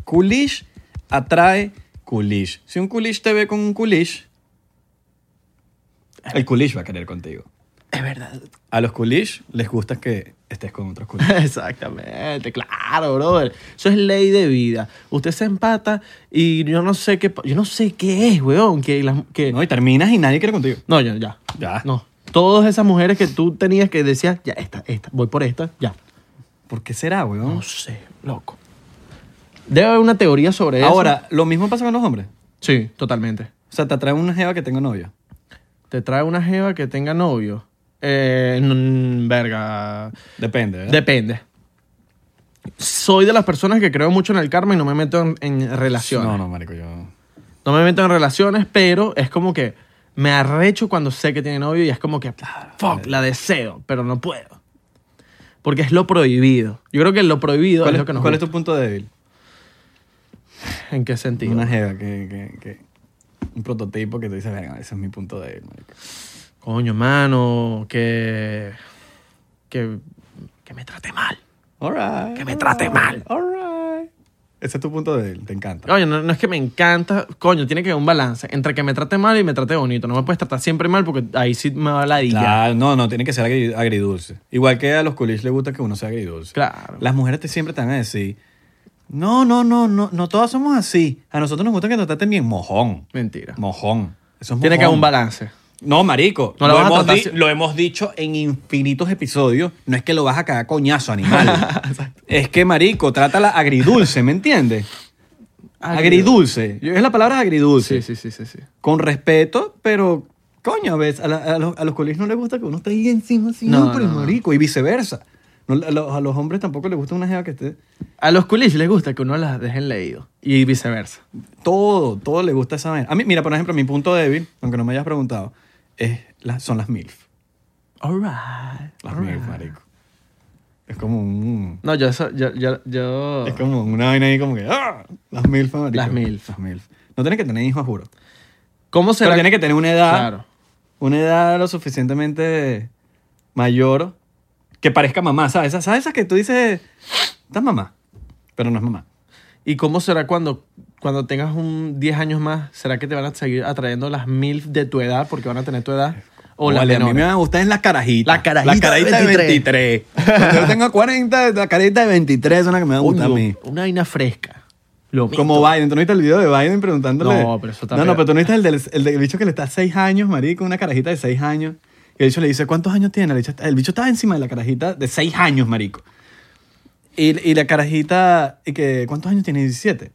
S3: Coolish atrae coolish. Si un coolish te ve con un coolish, el coolish va a querer contigo.
S2: Es verdad.
S3: A los coolish les gusta que estés con otros coolish.
S2: Exactamente, claro, brother. Eso es ley de vida. Usted se empata y yo no sé qué, pa- yo no sé qué es, weón. Que las- que...
S3: No, y terminas y nadie quiere contigo.
S2: No, ya, ya.
S3: Ya.
S2: No. Todas esas mujeres que tú tenías que decías, ya, esta, esta, voy por esta, ya.
S3: ¿Por qué será, weón?
S2: No sé, loco. Debe haber una teoría sobre eso.
S3: Ahora, lo mismo pasa con los hombres.
S2: Sí, totalmente.
S3: O sea, te atrae una jeva que tenga novio.
S2: Te trae una jeva que tenga novio. Eh, mm, verga.
S3: Depende, ¿eh?
S2: Depende. Soy de las personas que creo mucho en el karma y no me meto en, en relaciones.
S3: No,
S2: No,
S3: no, marico, yo...
S2: me meto en relaciones, pero es como que me arrecho cuando sé que tiene novio y es como que, fuck, la deseo, pero no puedo. Porque es lo prohibido. Yo creo que lo prohibido
S3: ¿Cuál,
S2: es,
S3: es,
S2: lo que nos
S3: cuál es
S2: gusta.
S3: tu punto débil?
S2: ¿En qué sentido?
S3: Una jeva que, que- que- Un prototipo que te dice, venga, ese es mi punto débil, marico.
S2: Coño, mano, que... Que, que me trate mal.
S3: All right,
S2: Que me
S3: all
S2: trate
S3: right,
S2: mal.
S3: all right. Ese es tu punto débil, te encanta.
S2: Coño, no, no es que me encanta. Coño, tiene que haber un balance entre que me trate mal y me trate bonito. No me puedes tratar siempre mal porque ahí sí me va la dilla.
S3: Claro, no, no, tiene que ser agri- agridulce. Igual que a los coolish les gusta que uno sea agridulce.
S2: Claro.
S3: Las mujeres te siempre te van a decir, no, no, no, no, no todas somos así. A nosotros nos gusta que nos traten bien mojón.
S2: Mentira.
S3: Mojón. Eso es
S2: Tiene que
S3: mojón.
S2: haber un balance.
S3: No, marico.
S2: No la
S3: lo,
S2: vas a
S3: hemos
S2: tratar
S3: di-
S2: si-
S3: lo hemos dicho en infinitos episodios. No es que lo vas a cagar coñazo, animal. es que, marico, trátala agridulce, ¿me entiendes? Agridulce. Yo- Es la palabra agridulce.
S2: Sí, sí, sí, sí, sí.
S3: Con respeto, pero, coño, ¿ves? A, la- a los, a los colegios no les gusta que uno esté ahí encima
S2: No,
S3: siempre,
S2: no, no.
S3: marico. Y viceversa. No, a, los, a los hombres tampoco les gusta una jeva que esté...
S2: A los coolish les gusta que uno las dejen leído. Y viceversa.
S3: Todo, todo le gusta esa manera. A mí, mira, por ejemplo, mi punto débil, aunque no me hayas preguntado, es la- son las MILF.
S2: Alright.
S3: Las MILF, marico. Es como un...
S2: No, yo eso, yo, yo, yo-
S3: Es como una vaina ahí como que... ¡ah! Las MILF, marico.
S2: Las MILF.
S3: Las MILF. No tienes que tener hijos, juro.
S2: ¿Cómo será?
S3: Pero tienes que tener una edad...
S2: Claro.
S3: Una edad lo suficientemente mayor que parezca mamá, ¿sabes? Esas- ¿Sabes esas que tú dices... Estás mamá. Pero no es mamá.
S2: ¿Y cómo será cuando, cuando tengas un 10 años más? ¿Será que te van a seguir atrayendo las mil de tu edad porque van a tener tu edad? O las
S3: Vale, a mí
S2: menores?
S3: me van a gustar en las carajitas.
S2: La carajita
S3: La carajita de
S2: de
S3: 23.
S2: 23.
S3: Cuando yo tengo 40, la carajita de 23 es una que me va a
S2: Coño,
S3: gustar a mí.
S2: Una vaina fresca. Lo
S3: Como Biden, tú no viste el video de Biden preguntándole.
S2: No, pero eso está
S3: No, no,
S2: pega-
S3: pero tú no viste el del, el del bicho que le está a 6 años, marico, una carajita de 6 años. Y el bicho le dice, ¿cuántos años tiene? El bicho, está- el bicho estaba encima de la carajita de 6 años, marico. Y, y la carajita, y que, ¿cuántos años tiene? 17.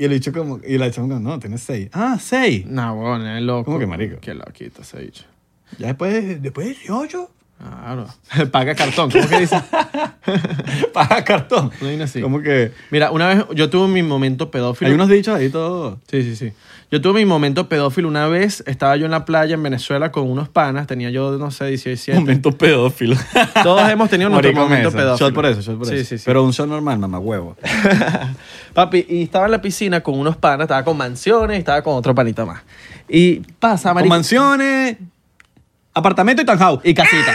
S3: Y el bicho como, y la chama como, no, tiene 6. Ah, 6.
S2: No, bueno, es loco.
S3: ¿Cómo que marico?
S2: Qué loquito ese bicho.
S3: Ya después, después de 18,
S2: Claro. Paga cartón. ¿Cómo que dice?
S3: paga cartón.
S2: Una vaina así.
S3: Como que,
S2: Mira, una vez yo tuve mi momento pedófilo.
S3: hay unos dichos ahí todos.
S2: Sí, sí, sí. Yo tuve mi momento pedófilo una vez. Estaba yo en la playa en Venezuela con unos panas. Tenía yo, no sé, 16, 17.
S3: Momentos pedófilos.
S2: Todos hemos tenido nuestro
S3: Morí con
S2: momento
S3: eso.
S2: pedófilo.
S3: Shot por eso, shot por
S2: Sí,
S3: eso.
S2: sí, Ah, sí.
S3: Pero un shot normal, mamá huevo.
S2: Papi, y estaba en la piscina con unos panas. Estaba con mansiones y estaba con otro panita más. Y pasa,
S3: Con
S2: marico.
S3: mansiones, apartamento y townhouse.
S2: y casita.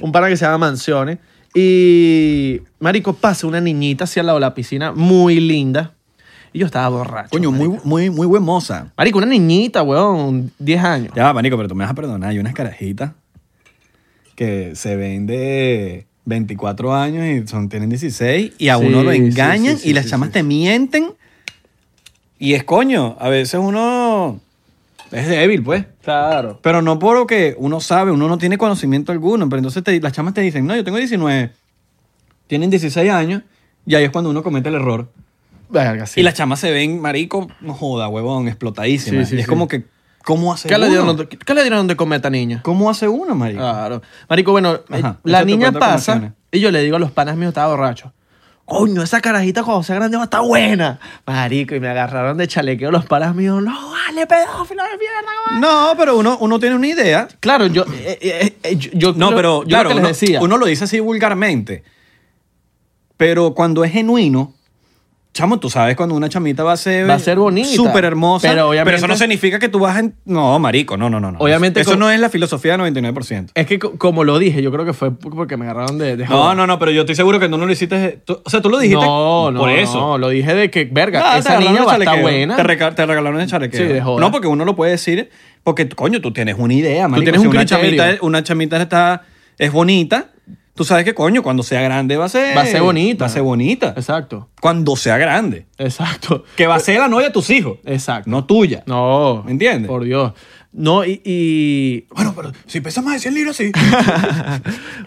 S2: Un pana que se llama Mansiones. Y, marico, pasa una niñita hacia al lado de la piscina, muy linda. Y yo estaba borracho.
S3: Coño, muy,
S2: marico.
S3: muy, muy buen moza.
S2: Marico, una niñita, weón, 10 años.
S3: Ya va, manico, pero tú me vas a perdonar. Hay unas carajitas que se ven de 24 años y son, tienen 16 y a
S2: Sí,
S3: uno lo
S2: sí,
S3: engañan
S2: sí, sí,
S3: y las
S2: sí,
S3: chamas
S2: sí,
S3: te mienten. Y es coño, a veces uno es débil, pues.
S2: Claro.
S3: Pero no por lo que uno sabe, uno no tiene conocimiento alguno. Pero entonces te- las chamas te dicen, no, yo tengo 19. Tienen 16 años. Y ahí es cuando uno comete el error.
S2: Verga, sí.
S3: Y las chamas se ven, marico, no joda, huevón, explotadísimas.
S2: Sí, sí,
S3: y es
S2: sí.
S3: como que, ¿cómo hace
S2: ¿Qué le,
S3: uno?
S2: dieron, ¿Qué le dieron de comer a esta niña?
S3: ¿Cómo hace uno, marico?
S2: Claro. Marico, bueno, eh,
S3: Ajá,
S2: la
S3: échate un
S2: niña
S3: cuento con
S2: pasa
S3: Mansiones.
S2: y yo le digo a los panas míos, estaba borracho. Coño, esa carajita cuando sea grande va a estar buena. Marico, y me agarraron de chalequeo los panas míos. No, vale, pedófilo de mierda, weón.
S3: No, pero uno, uno tiene una idea.
S2: Claro, yo, eh, eh, eh, yo, yo
S3: No,
S2: creo-
S3: pero
S2: yo
S3: claro,
S2: creo que
S3: uno,
S2: les decía.
S3: uno lo dice así vulgarmente. Pero cuando es genuino, chamo, tú sabes cuando una chamita va a ser.
S2: Va a ser bonita,
S3: Súper hermosa.
S2: pero
S3: Pero,
S2: obviamente-
S3: eso no significa que tú vas en. No, marico, no, no, no. no.
S2: Obviamente
S3: Eso
S2: con-
S3: no es la filosofía del 99%.
S2: Es que co- como lo dije, yo creo que fue porque me agarraron de, de
S3: No, no, no, pero yo estoy seguro que tú no lo hiciste. tú- o sea, tú lo dijiste.
S2: No, no,
S3: Por eso.
S2: no, lo dije de que, verga,
S3: Nada, te
S2: esa
S3: regalaron
S2: niña
S3: el
S2: va a estar
S3: chalequeo.
S2: buena.
S3: Te, reca- te regalaron el chalequeo.
S2: Sí, de joda.
S3: No, porque uno lo puede decir, porque coño, tú tienes una idea, marico.
S2: tienes
S3: Si
S2: un
S3: una
S2: criterio.
S3: chamita, una chamita está, es bonita, tú sabes que coño, cuando sea grande va a ser...
S2: Va a ser bonita.
S3: Va a ser bonita.
S2: Exacto,
S3: Cuando sea grande.
S2: exacto,
S3: Que va a ser la novia de tus hijos,
S2: exacto.
S3: no tuya.
S2: No.
S3: ¿Me entiendes?
S2: Por Dios. No, y... y...
S3: Bueno, pero si pesas más de 100 libras, sí.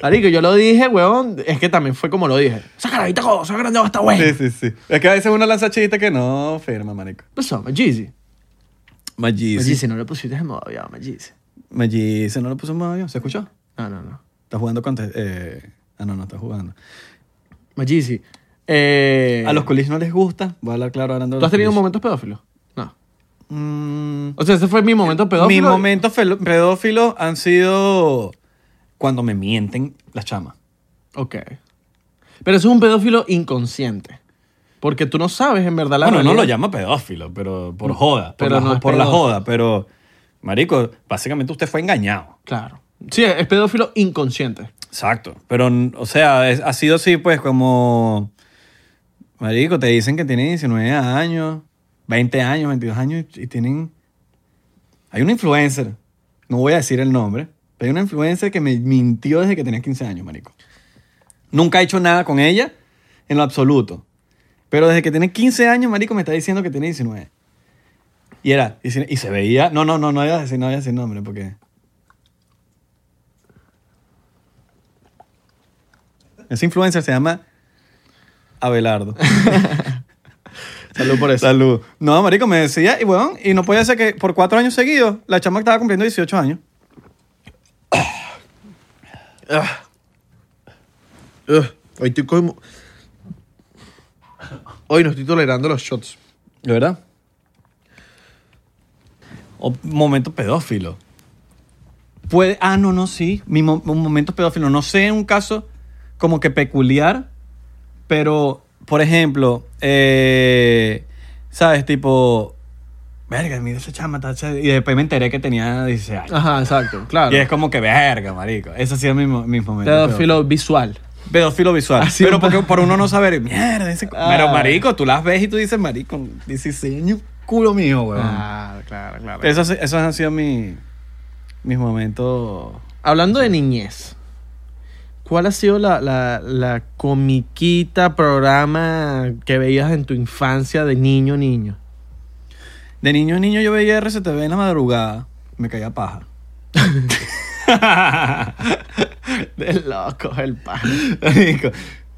S2: Marico, yo lo dije, weón, es que también fue como lo dije. Esa carabita como esa grande va a estar buena.
S3: sí, sí, sí. Es que a veces uno lanza chistes que no firma, marico.
S2: Pasó, Pues, Majizzi.
S3: Magis.
S2: Majizzi, no le pusiste en modo avión, Majizzi.
S3: Magis. No lo puso más avión. ¿Se escuchó?
S2: No, no, no.
S3: Estás jugando con... te- eh, Ah, no, no, estás jugando.
S2: Majizzi. Eh,
S3: A los colis no les gusta. Voy a hablar claro hablando de
S2: ¿Tú has
S3: los
S2: tenido
S3: colis.
S2: momentos pedófilos? No.
S3: Mm,
S2: O sea, ese fue mi momento pedófilo.
S3: Mis momentos fel- pedófilos han sido cuando me mienten las chamas.
S2: Ok. Pero eso es un pedófilo inconsciente. Porque tú no sabes en verdad la
S3: bueno, no lo
S2: realidad.
S3: llama pedófilo, pero por joda. Por,
S2: Pero
S3: la,
S2: no
S3: jo-
S2: es
S3: por la
S2: pedófilo.
S3: joda, pero. Marico, básicamente usted fue engañado.
S2: Claro. Sí, es pedófilo inconsciente.
S3: Exacto. Pero, n- o sea, es- ha sido así, pues, como. Marico, te dicen que tienen 19 años, 20 años, 22 años y tienen. Hay una influencer, no voy a decir el nombre, pero hay una influencer que me mintió desde que tenía 15 años, marico. Nunca he hecho nada con ella, en lo absoluto. Pero desde que tiene 15 años, marico, me está diciendo que tiene 19. Y era, y se, y se veía. No, no, no, no voy a decir, no voy a decir nombre porque. Ese influencer se llama Abelardo.
S2: Salud por eso.
S3: Salud. No, marico, me decía, y bueno, y no podía ser que por cuatro años seguidos, la chama estaba cumpliendo 18 años.
S2: Ugh, hoy estoy como... Hoy no estoy tolerando los shots.
S3: ¿De verdad? O momento pedófilo. Puede, ah, no, no, sí. Mi mo- un momento pedófilo. No sé, un caso como que peculiar, pero, por ejemplo, eh, ¿sabes? Tipo, verga, mira esa chama, está chévere. y después me enteré que tenía 16 años.
S2: Ajá, exacto, claro.
S3: Y es como que, verga, marico. Ese ha sido mi, mo- mis momentos pedófilos.
S2: Pedófilo visual.
S3: Pedófilo visual.
S2: Así
S3: pero
S2: un-
S3: porque por uno no saber, mierda, ese cu-
S2: Ah.
S3: Pero marico, tú las ves y tú dices, marico, 16 años, culo mío, weón.
S2: Claro, Ah, claro, claro.
S3: Esos, esos han sido mi- mis momentos.
S2: Hablando de niñez, ¿cuál ha sido la, la- la comiquita, programa que veías en tu infancia de niño, niño?
S3: De niño a niño yo veía RCTV en la madrugada. Me caía paja.
S2: De loco el pan.
S3: Marico,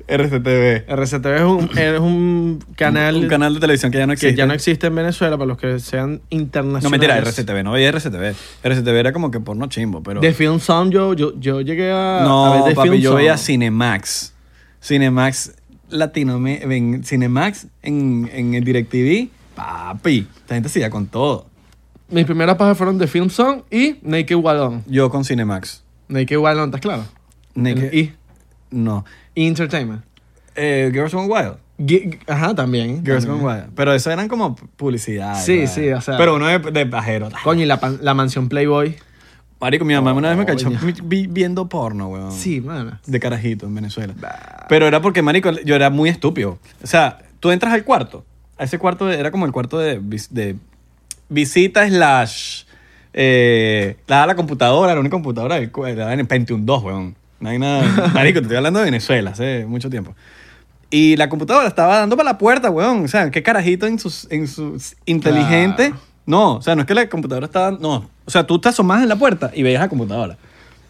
S3: RCTV.
S2: RCTV es un, es un canal,
S3: Un canal de televisión que ya no
S2: que
S3: existe.
S2: ya no existe en Venezuela para los que sean internacionales.
S3: No, mentira, RCTV. No veía RCTV. RCTV era como que porno chimbo, pero...
S2: De Film Sound yo, yo, yo llegué a, a
S3: No,
S2: ver The
S3: papi,
S2: Film
S3: yo
S2: Sound.
S3: veía Cinemax. Cinemax Latino, me- ven, Cinemax en, en el DirecTV. Papi, esta gente se iba con todo.
S2: Mis primeras pajas fueron The Film Sound y Naked Wallon.
S3: Yo con Cinemax.
S2: Naked Wallon, ¿estás claro?
S3: Naked-
S2: Y
S3: No.
S2: Entertainment.
S3: Eh, Girls Gone Wild.
S2: Gi- Ajá, también.
S3: Girls
S2: también.
S3: Gone Wild. Pero eso eran como publicidad.
S2: Sí,
S3: ¿verdad?
S2: sí, o sea-
S3: Pero uno de, de pajero.
S2: Coño, y la, pan- la mansión Playboy.
S3: Marico, mi mamá una vez me cachó
S2: Coño.
S3: vi- vi- viendo porno, weón.
S2: Sí, mano.
S3: De carajito en Venezuela. Pero era porque, marico, yo era muy estúpido. O sea, tú entras al cuarto. A ese cuarto de- era como el cuarto de, vis- de visita slash... Eh, la, la computadora, la única computadora del cu- era en Pentium 2, weón. No hay nada... Marico, te estoy hablando de Venezuela hace mucho tiempo. Y la computadora estaba dando para la puerta, weón. O sea, qué carajito en sus, en sus inteligente.
S2: Claro.
S3: No, o sea, no es que la computadora estaba. No. O sea, tú te asomás en la puerta y veías la computadora.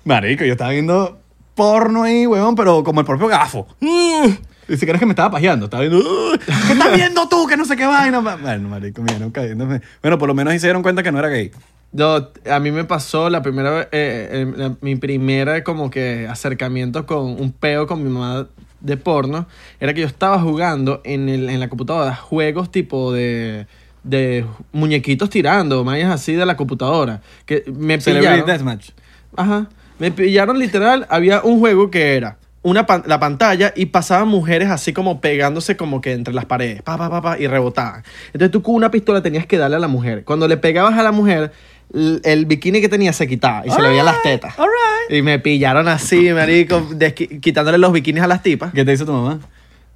S3: Marico, yo estaba viendo porno ahí, weón, pero como el propio gafo. Mm. Ni siquiera es que me estaba pajeando, estaba viendo. "Ugh, ¿Qué estás viendo tú? Que no sé qué vaina. ma-". Bueno, marico, mira, nunca viéndome. Bueno, por lo menos ahí se dieron cuenta que no era gay.
S2: Yo, a mí me pasó la primera vez, eh, eh, la- mi primera como que acercamiento con un peo con mi mamá de porno, era que yo estaba jugando en, el- en la computadora juegos tipo de, de muñequitos tirando, mayas así de la computadora, que me
S3: Celebrity
S2: pillaron.
S3: Deathmatch.
S2: Ajá, me pillaron literal, había un juego que era una pan- la pantalla y pasaban mujeres así como pegándose como que entre las paredes, pa, pa, pa, pa, y rebotaban. Entonces tú con una pistola tenías que darle a la mujer. Cuando le pegabas a la mujer, l- el bikini que tenía se quitaba y se le veían las tetas. Y me pillaron así, marico, desqui- quitándole los bikinis a las tipas.
S3: ¿Qué te dice tu mamá?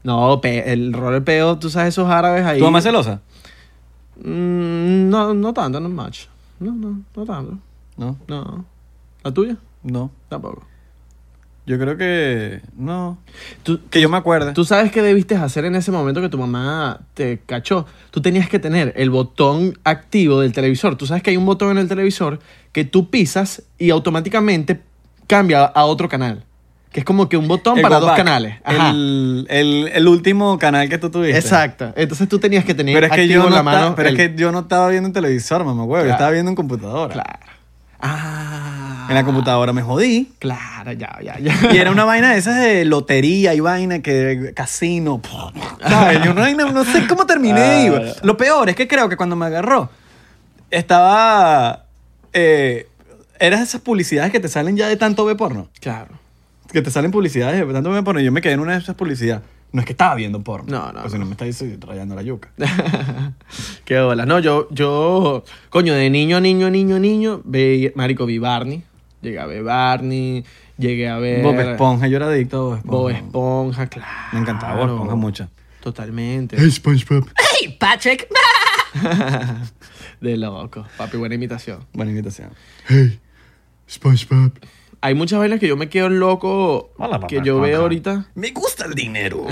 S2: No, pe- el rol peo, tú sabes esos árabes ahí.
S3: ¿Tu mamá es celosa?
S2: Mm, no, no tanto, no macho. No, no, no tanto.
S3: No,
S2: No. ¿La tuya?
S3: no.
S2: Tampoco.
S3: Yo creo que. No.
S2: Tú,
S3: Que yo me acuerde.
S2: tú sabes qué debiste hacer en ese momento que tu mamá te cachó. Tú tenías que tener el botón activo del televisor. Tú sabes que hay un botón en el televisor que tú pisas y automáticamente cambia a otro canal. Que es como que un botón
S3: El
S2: para
S3: go
S2: dos
S3: back.
S2: canales. Ajá.
S3: El, el- el último canal que tú tuviste.
S2: Exacto. Entonces tú tenías que tener
S3: Pero es que,
S2: activo
S3: yo
S2: en
S3: no,
S2: la
S3: esta-
S2: mano.
S3: pero
S2: el-
S3: es que yo no estaba viendo en televisor, mamá, güey. Yo
S2: Claro.
S3: estaba viendo en computadora.
S2: Claro. Ah.
S3: En la computadora me jodí.
S2: Claro, ya, ya, ya.
S3: Y era una vaina de esas de lotería y vaina que casino. ¿Sabes? Yo no, no- no sé cómo terminé.
S2: Ah,
S3: güey. Lo peor es que creo que cuando me agarró, estaba. Eh, eras esas publicidades que te salen ya de tanto ver porno.
S2: Claro.
S3: Que te salen publicidades de tanto ver porno. Yo me quedé en una de esas publicidades. No es que estaba viendo porno.
S2: No, no,
S3: O sea, no me estáis rayando la yuca.
S2: Qué bola. No, yo, yo, coño, de niño, niño, niño, niño, ve, marico, vi Barney. Llegué a ver Barney, llegué a ver...
S3: Bob Esponja, yo era adicto a Bob Esponja.
S2: Eh, Bob Esponja, claro.
S3: Me encantaba Bob Esponja mucho.
S2: Totalmente.
S3: SpongeBob.
S4: Patrick.
S2: De loco. Papi, buena imitación.
S3: Buena invitación.
S2: Hay muchas vainas que yo me quedo loco que yo veo ahorita.
S3: Me gusta el dinero.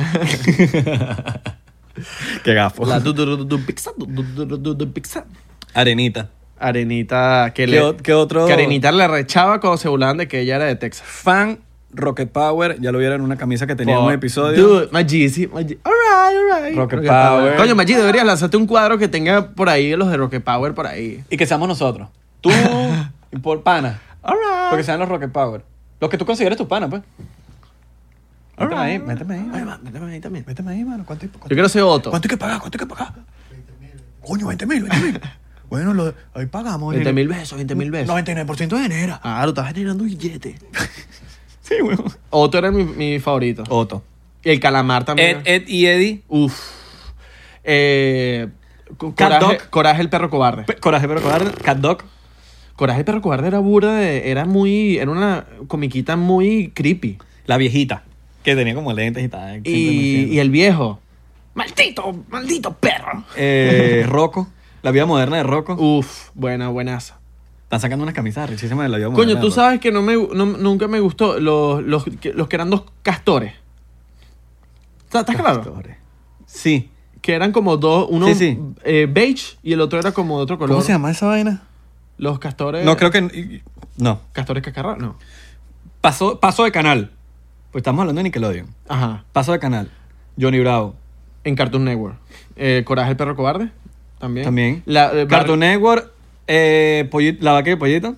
S3: Qué gafo.
S2: La du- du- du- du- pizza, du- du- du- du- du- du- pizza.
S3: Arenita.
S2: Arenita que
S3: ¿Qué,
S2: le...
S3: o- qué otro?
S2: Que Arenita le rechaba cuando se burlaban de que ella era de Texas.
S3: Fan Rocket Power. Ya lo vieron en una camisa que tenía en
S2: Por-
S3: un episodio.
S2: Dude, Maggi, sí, Maggi. All right, all right.
S3: Rocket Power.
S2: Coño, Maggi, deberías lanzarte un cuadro que tenga por ahí los de Rocket Power por ahí.
S3: Y que seamos nosotros. Tú y por pana.
S2: All right.
S3: Porque sean los Rocket Power. Los que tú consideres tus panas, pues. Méteme ahí, méteme ahí.
S2: Ay,
S3: mano.
S2: va, méteme ahí también.
S3: Méteme ahí, mano. ¿Cuánto, cuánto-
S2: Yo quiero ser Otto.
S3: ¿Cuánto hay que pagar? ¿Cuánto hay que pagar? Coño, 20 mil, 20 mil. bueno, lo- ahí pagamos.
S2: 20
S3: el-
S2: mil besos, 20 mil besos.
S3: 99% de enero.
S2: Claro, estás generando billete.
S3: Sí, weón.
S2: Otto era mi, mi favorito.
S3: Otto.
S2: Y el calamar también.
S3: Ed, Ed y Eddie.
S2: Uf. Eh, co-
S3: Cat
S2: coraje,
S3: Dog.
S2: Coraje el perro cobarde.
S3: Pe- Coraje pero cobarde. Cat Dog.
S2: Coraje el perro cobarde era burda de- era muy, era una comiquita muy creepy.
S3: La viejita. Que tenía como lentes y tal.
S2: Y, y el viejo.
S4: Maldito, maldito perro.
S3: Eh, Rocco. La vida moderna de Rocco.
S2: Uf, buena, buenaza.
S3: Están sacando unas camisas richísimas de la vida moderna.
S2: Coño, tú
S3: de Rocco.
S2: sabes que no me, no- nunca me gustó los, los, que, los que eran dos castores. ¿Está- ¿Estás claro?
S3: Pastores. Sí.
S2: Que eran como dos, uno
S3: Sí, sí.
S2: eh, beige y el otro era como de otro color.
S3: ¿Cómo se llama esa vaina?
S2: Los castores.
S3: No, creo que. No.
S2: Castores cacarra, no.
S3: Pasó, pasó de canal. Pues estamos hablando de Nickelodeon.
S2: Ajá.
S3: Paso de canal. Johnny Bravo.
S2: En Cartoon Network. Eh, Coraje el perro cobarde. También.
S3: También.
S2: La, eh, Bar-
S3: Cartoon Network. eh, Polli- la vaca y el pollito.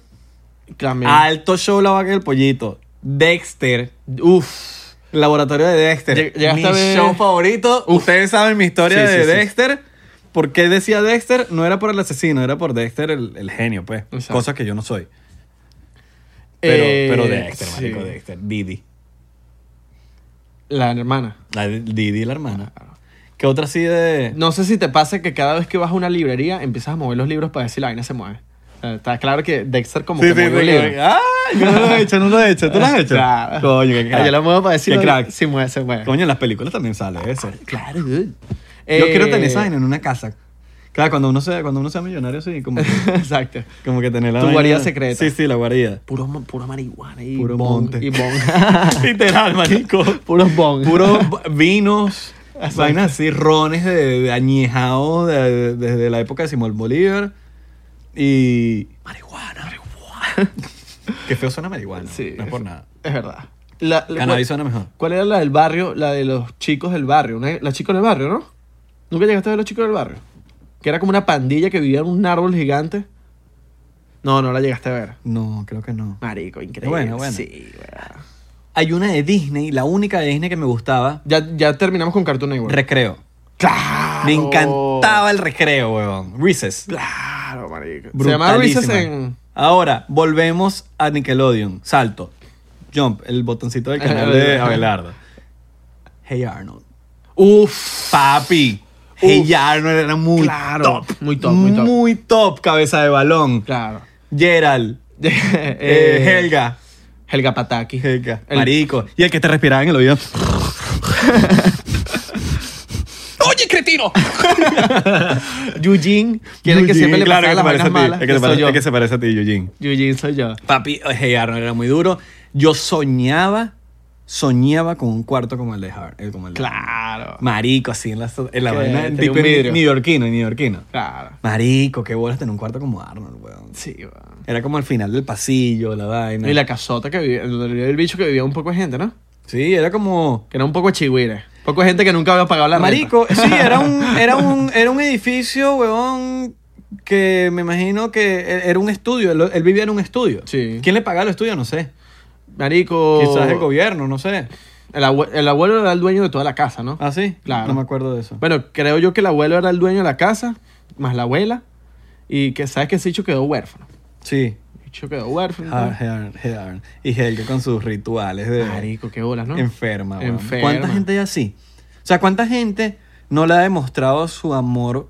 S2: También.
S3: Alto show la vaca y el pollito. Dexter.
S2: Uf.
S3: Laboratorio de Dexter.
S2: Lleg- llegaste
S3: mi
S2: a ver-
S3: show favorito. Ustedes saben mi historia
S2: Sí, sí,
S3: de
S2: sí.
S3: Dexter. ¿Por qué decía Dexter? No era por el asesino, era por Dexter el, el genio, pues.
S2: Exacto.
S3: Cosa que yo no soy. Pero,
S2: Eh,
S3: pero Dexter, marico,
S2: sí.
S3: Dexter. Didi.
S2: La hermana.
S3: La de- Didi, la hermana. ¿Qué otra así de...?
S2: No sé si te pasa que cada vez que vas a una librería empiezas a mover los libros para ver si la vaina se mueve. O sea, Está claro que Dexter como
S3: Sí,
S2: que
S3: sí,
S2: movió
S3: sí,
S2: el libro.
S3: como- ¡Ay! Yo no lo he hecho, no lo he hecho. ¿Tú lo has hecho?
S2: Claro.
S3: Coño, qué
S2: Ah,
S3: crack.
S2: Yo la muevo para decir
S3: Qué crack.
S2: si mueve, se mueve.
S3: Coño, en las películas también sale eso.
S2: Claro, dude.
S3: Yo
S2: Eh,
S3: quiero tener esa vaina en una casa. Claro, cuando uno sea, cuando uno sea millonario, sí, como que,
S2: Exacto.
S3: como que tener la
S2: Tu
S3: vaina-
S2: guarida secreta.
S3: Sí, sí, la guarida.
S2: Puro, mo- puro marihuana y
S3: Puro
S2: bong,
S3: monte.
S2: Y bong.
S3: Literal, marico.
S2: Puros bong.
S3: Puros vinos, vainas así, rones de, de añejado de- de- desde la época de Simón Bolívar. Y... Marihuana, marihuana. Qué feo suena marihuana.
S2: Sí.
S3: No es por nada.
S2: Es verdad. La- la-
S3: Cannabis
S2: ¿cuál,
S3: suena mejor.
S2: cuál era la del barrio? La de los chicos del barrio. ¿no? La chicos del barrio, ¿no? ¿Nunca llegaste a ver los chicos del barrio? Que era como una pandilla que vivía en un árbol gigante. No, no la llegaste a ver.
S3: No, creo que no.
S2: Marico, increíble.
S3: Bueno, bueno.
S2: Sí, weá.
S3: Hay una de Disney, la única de Disney que me gustaba,
S2: ya, ya terminamos con Cartoon Network.
S3: Recreo.
S2: claro.
S3: Me encantaba el Recreo, weón. Recess.
S2: Claro, marico. Se
S3: Brutalísima.
S2: llama Recess en.
S3: Ahora, volvemos a Nickelodeon. Salto. Jump, el botoncito del canal de Abelardo. Hey Arnold.
S2: Uf.
S3: Papi. Hey Arnold era muy
S2: Claro.
S3: top.
S2: Muy top, muy top.
S3: Muy top, cabeza de balón.
S2: Claro.
S3: Gerald. Eh,
S2: Eh,
S3: Helga.
S2: Helga Pataki.
S3: Helga.
S2: El-
S3: Marico. Y el que te respiraba en el oído.
S4: ¡Oye, cretino!
S2: Yujin, que era el que
S3: Eugene,
S2: siempre le
S3: claro,
S2: pasaba
S3: el
S2: las
S3: que se
S2: vainas
S3: parece a
S2: malas.
S3: ti. El que se
S2: Soy
S3: parece-
S2: yo.
S3: el que se parece a ti, Eugene.
S2: Eugene soy yo.
S3: Papi, eh, hey Arnold era muy duro. Yo soñaba, soñaba con un cuarto como el de Hart. eh, como el de-
S2: Claro.
S3: Marico, así en la, en la
S2: Que
S3: vaina.
S2: tenía
S3: Tipo
S2: un vidrio.
S3: neoyorquino, neoyorquino.
S2: Claro.
S3: Marico, qué bolas tener un cuarto como Arnold, weón.
S2: Sí, weón.
S3: Era como al final del pasillo, la vaina.
S2: Y la casota que vivía, donde vivía el bicho que vivía un poco de gente, ¿no?
S3: Sí, era como.
S2: Que era un poco chihuire. Poco de gente que nunca había pagado la renta.
S3: Marico, sí, era un, era un, era un edificio, weón, que me imagino que e- era un estudio. Él, él vivía en un estudio.
S2: Sí.
S3: ¿Quién le pagaba los estudios? No sé.
S2: Marico.
S3: Quizás el gobierno, no sé.
S2: El, abue- el abuelo era el dueño de toda la casa, ¿no?
S3: ¿Ah, sí?
S2: Claro.
S3: No me acuerdo de eso.
S2: Bueno, creo yo que el abuelo era el dueño de la casa, más la abuela. Y que sabes que ese bicho quedó huérfano.
S3: Sí.
S2: El bicho quedó huérfano.
S3: Hard, hard, hard. Y Helga con sus rituales de
S2: Marico, qué bolas, ¿no?
S3: enferma, weón.
S2: Enferma.
S3: ¿Cuánta gente hay así? O sea, ¿cuánta gente no le ha demostrado su amor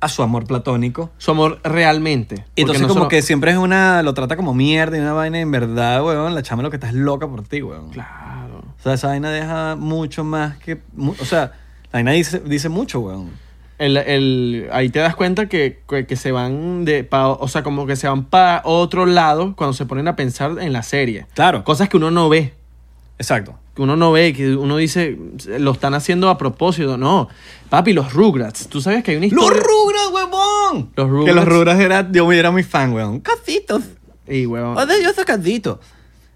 S3: a su amor platónico?
S2: Su amor realmente.
S3: Y entonces
S2: Porque
S3: como
S2: nosotros-
S3: que siempre es una... Lo trata como mierda y una vaina. y En verdad, weón, la chama lo que estás loca por ti, weón.
S2: Claro.
S3: O sea, esa vaina deja mucho más que... mu- o sea, la vaina dice, dice mucho, weón.
S2: El, el- ahí te das cuenta que, que- que se van de pa- o sea, como que se van para otro lado cuando se ponen a pensar en la serie.
S3: Claro.
S2: Cosas que uno no ve,
S3: Exacto.
S2: que uno no ve, que uno dice, lo están haciendo a propósito. No, papi, los Rugrats, tú sabes que hay una
S3: ¡Los
S2: historia...
S3: Rugrats, huevón!
S2: Los Rugrats.
S3: Que los Rugrats era... Yo era muy fan, weón. Casitos.
S2: Y, huevón,
S3: Oye, yo soy Carlito.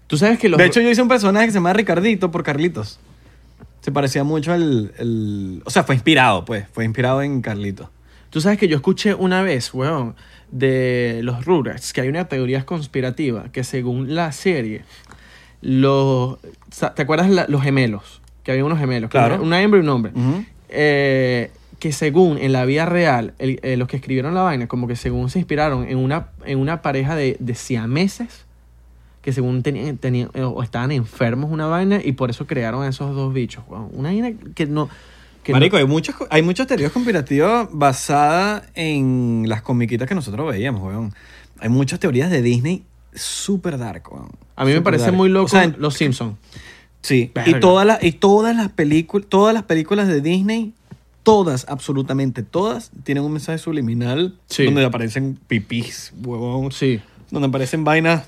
S2: tú sabes que los...
S3: De hecho, yo hice un personaje que se llama Ricardito por Carlitos. Se parecía mucho al. al- O sea, fue inspirado, pues. Fue inspirado en Carlito.
S2: Tú sabes que yo escuché una vez, weón, de los Rugrats, que hay una teoría conspirativa que según la serie, los... sa- ¿Te acuerdas la- los gemelos? Que había unos gemelos. que
S3: Claro.
S2: era Una hembra y un hombre.
S3: Ujú.
S2: Eh, que según en la vida real, el- eh, los que escribieron la vaina, como que según se inspiraron en una, en una pareja de, de siameses, que según tenían, tenían- eh, o estaban enfermos una vaina, y por eso crearon a esos dos bichos, weón. Una vaina que no... Que no-
S3: Marico, hay muchos, hay muchos teorías conspirativas basadas en las comiquitas que nosotros veíamos, weón. Hay muchas teorías de Disney súper dark, weón.
S2: a mí me
S3: Súper
S2: parece
S3: dark.
S2: muy loco
S3: O sea, en-
S2: los Simpsons.
S3: Sí,
S2: Verga.
S3: y todas las y todas las películas, todas las películas de Disney, todas, absolutamente todas tienen un mensaje subliminal
S2: Sí.
S3: donde aparecen pipís, huevón,
S2: Sí.
S3: donde aparecen vainas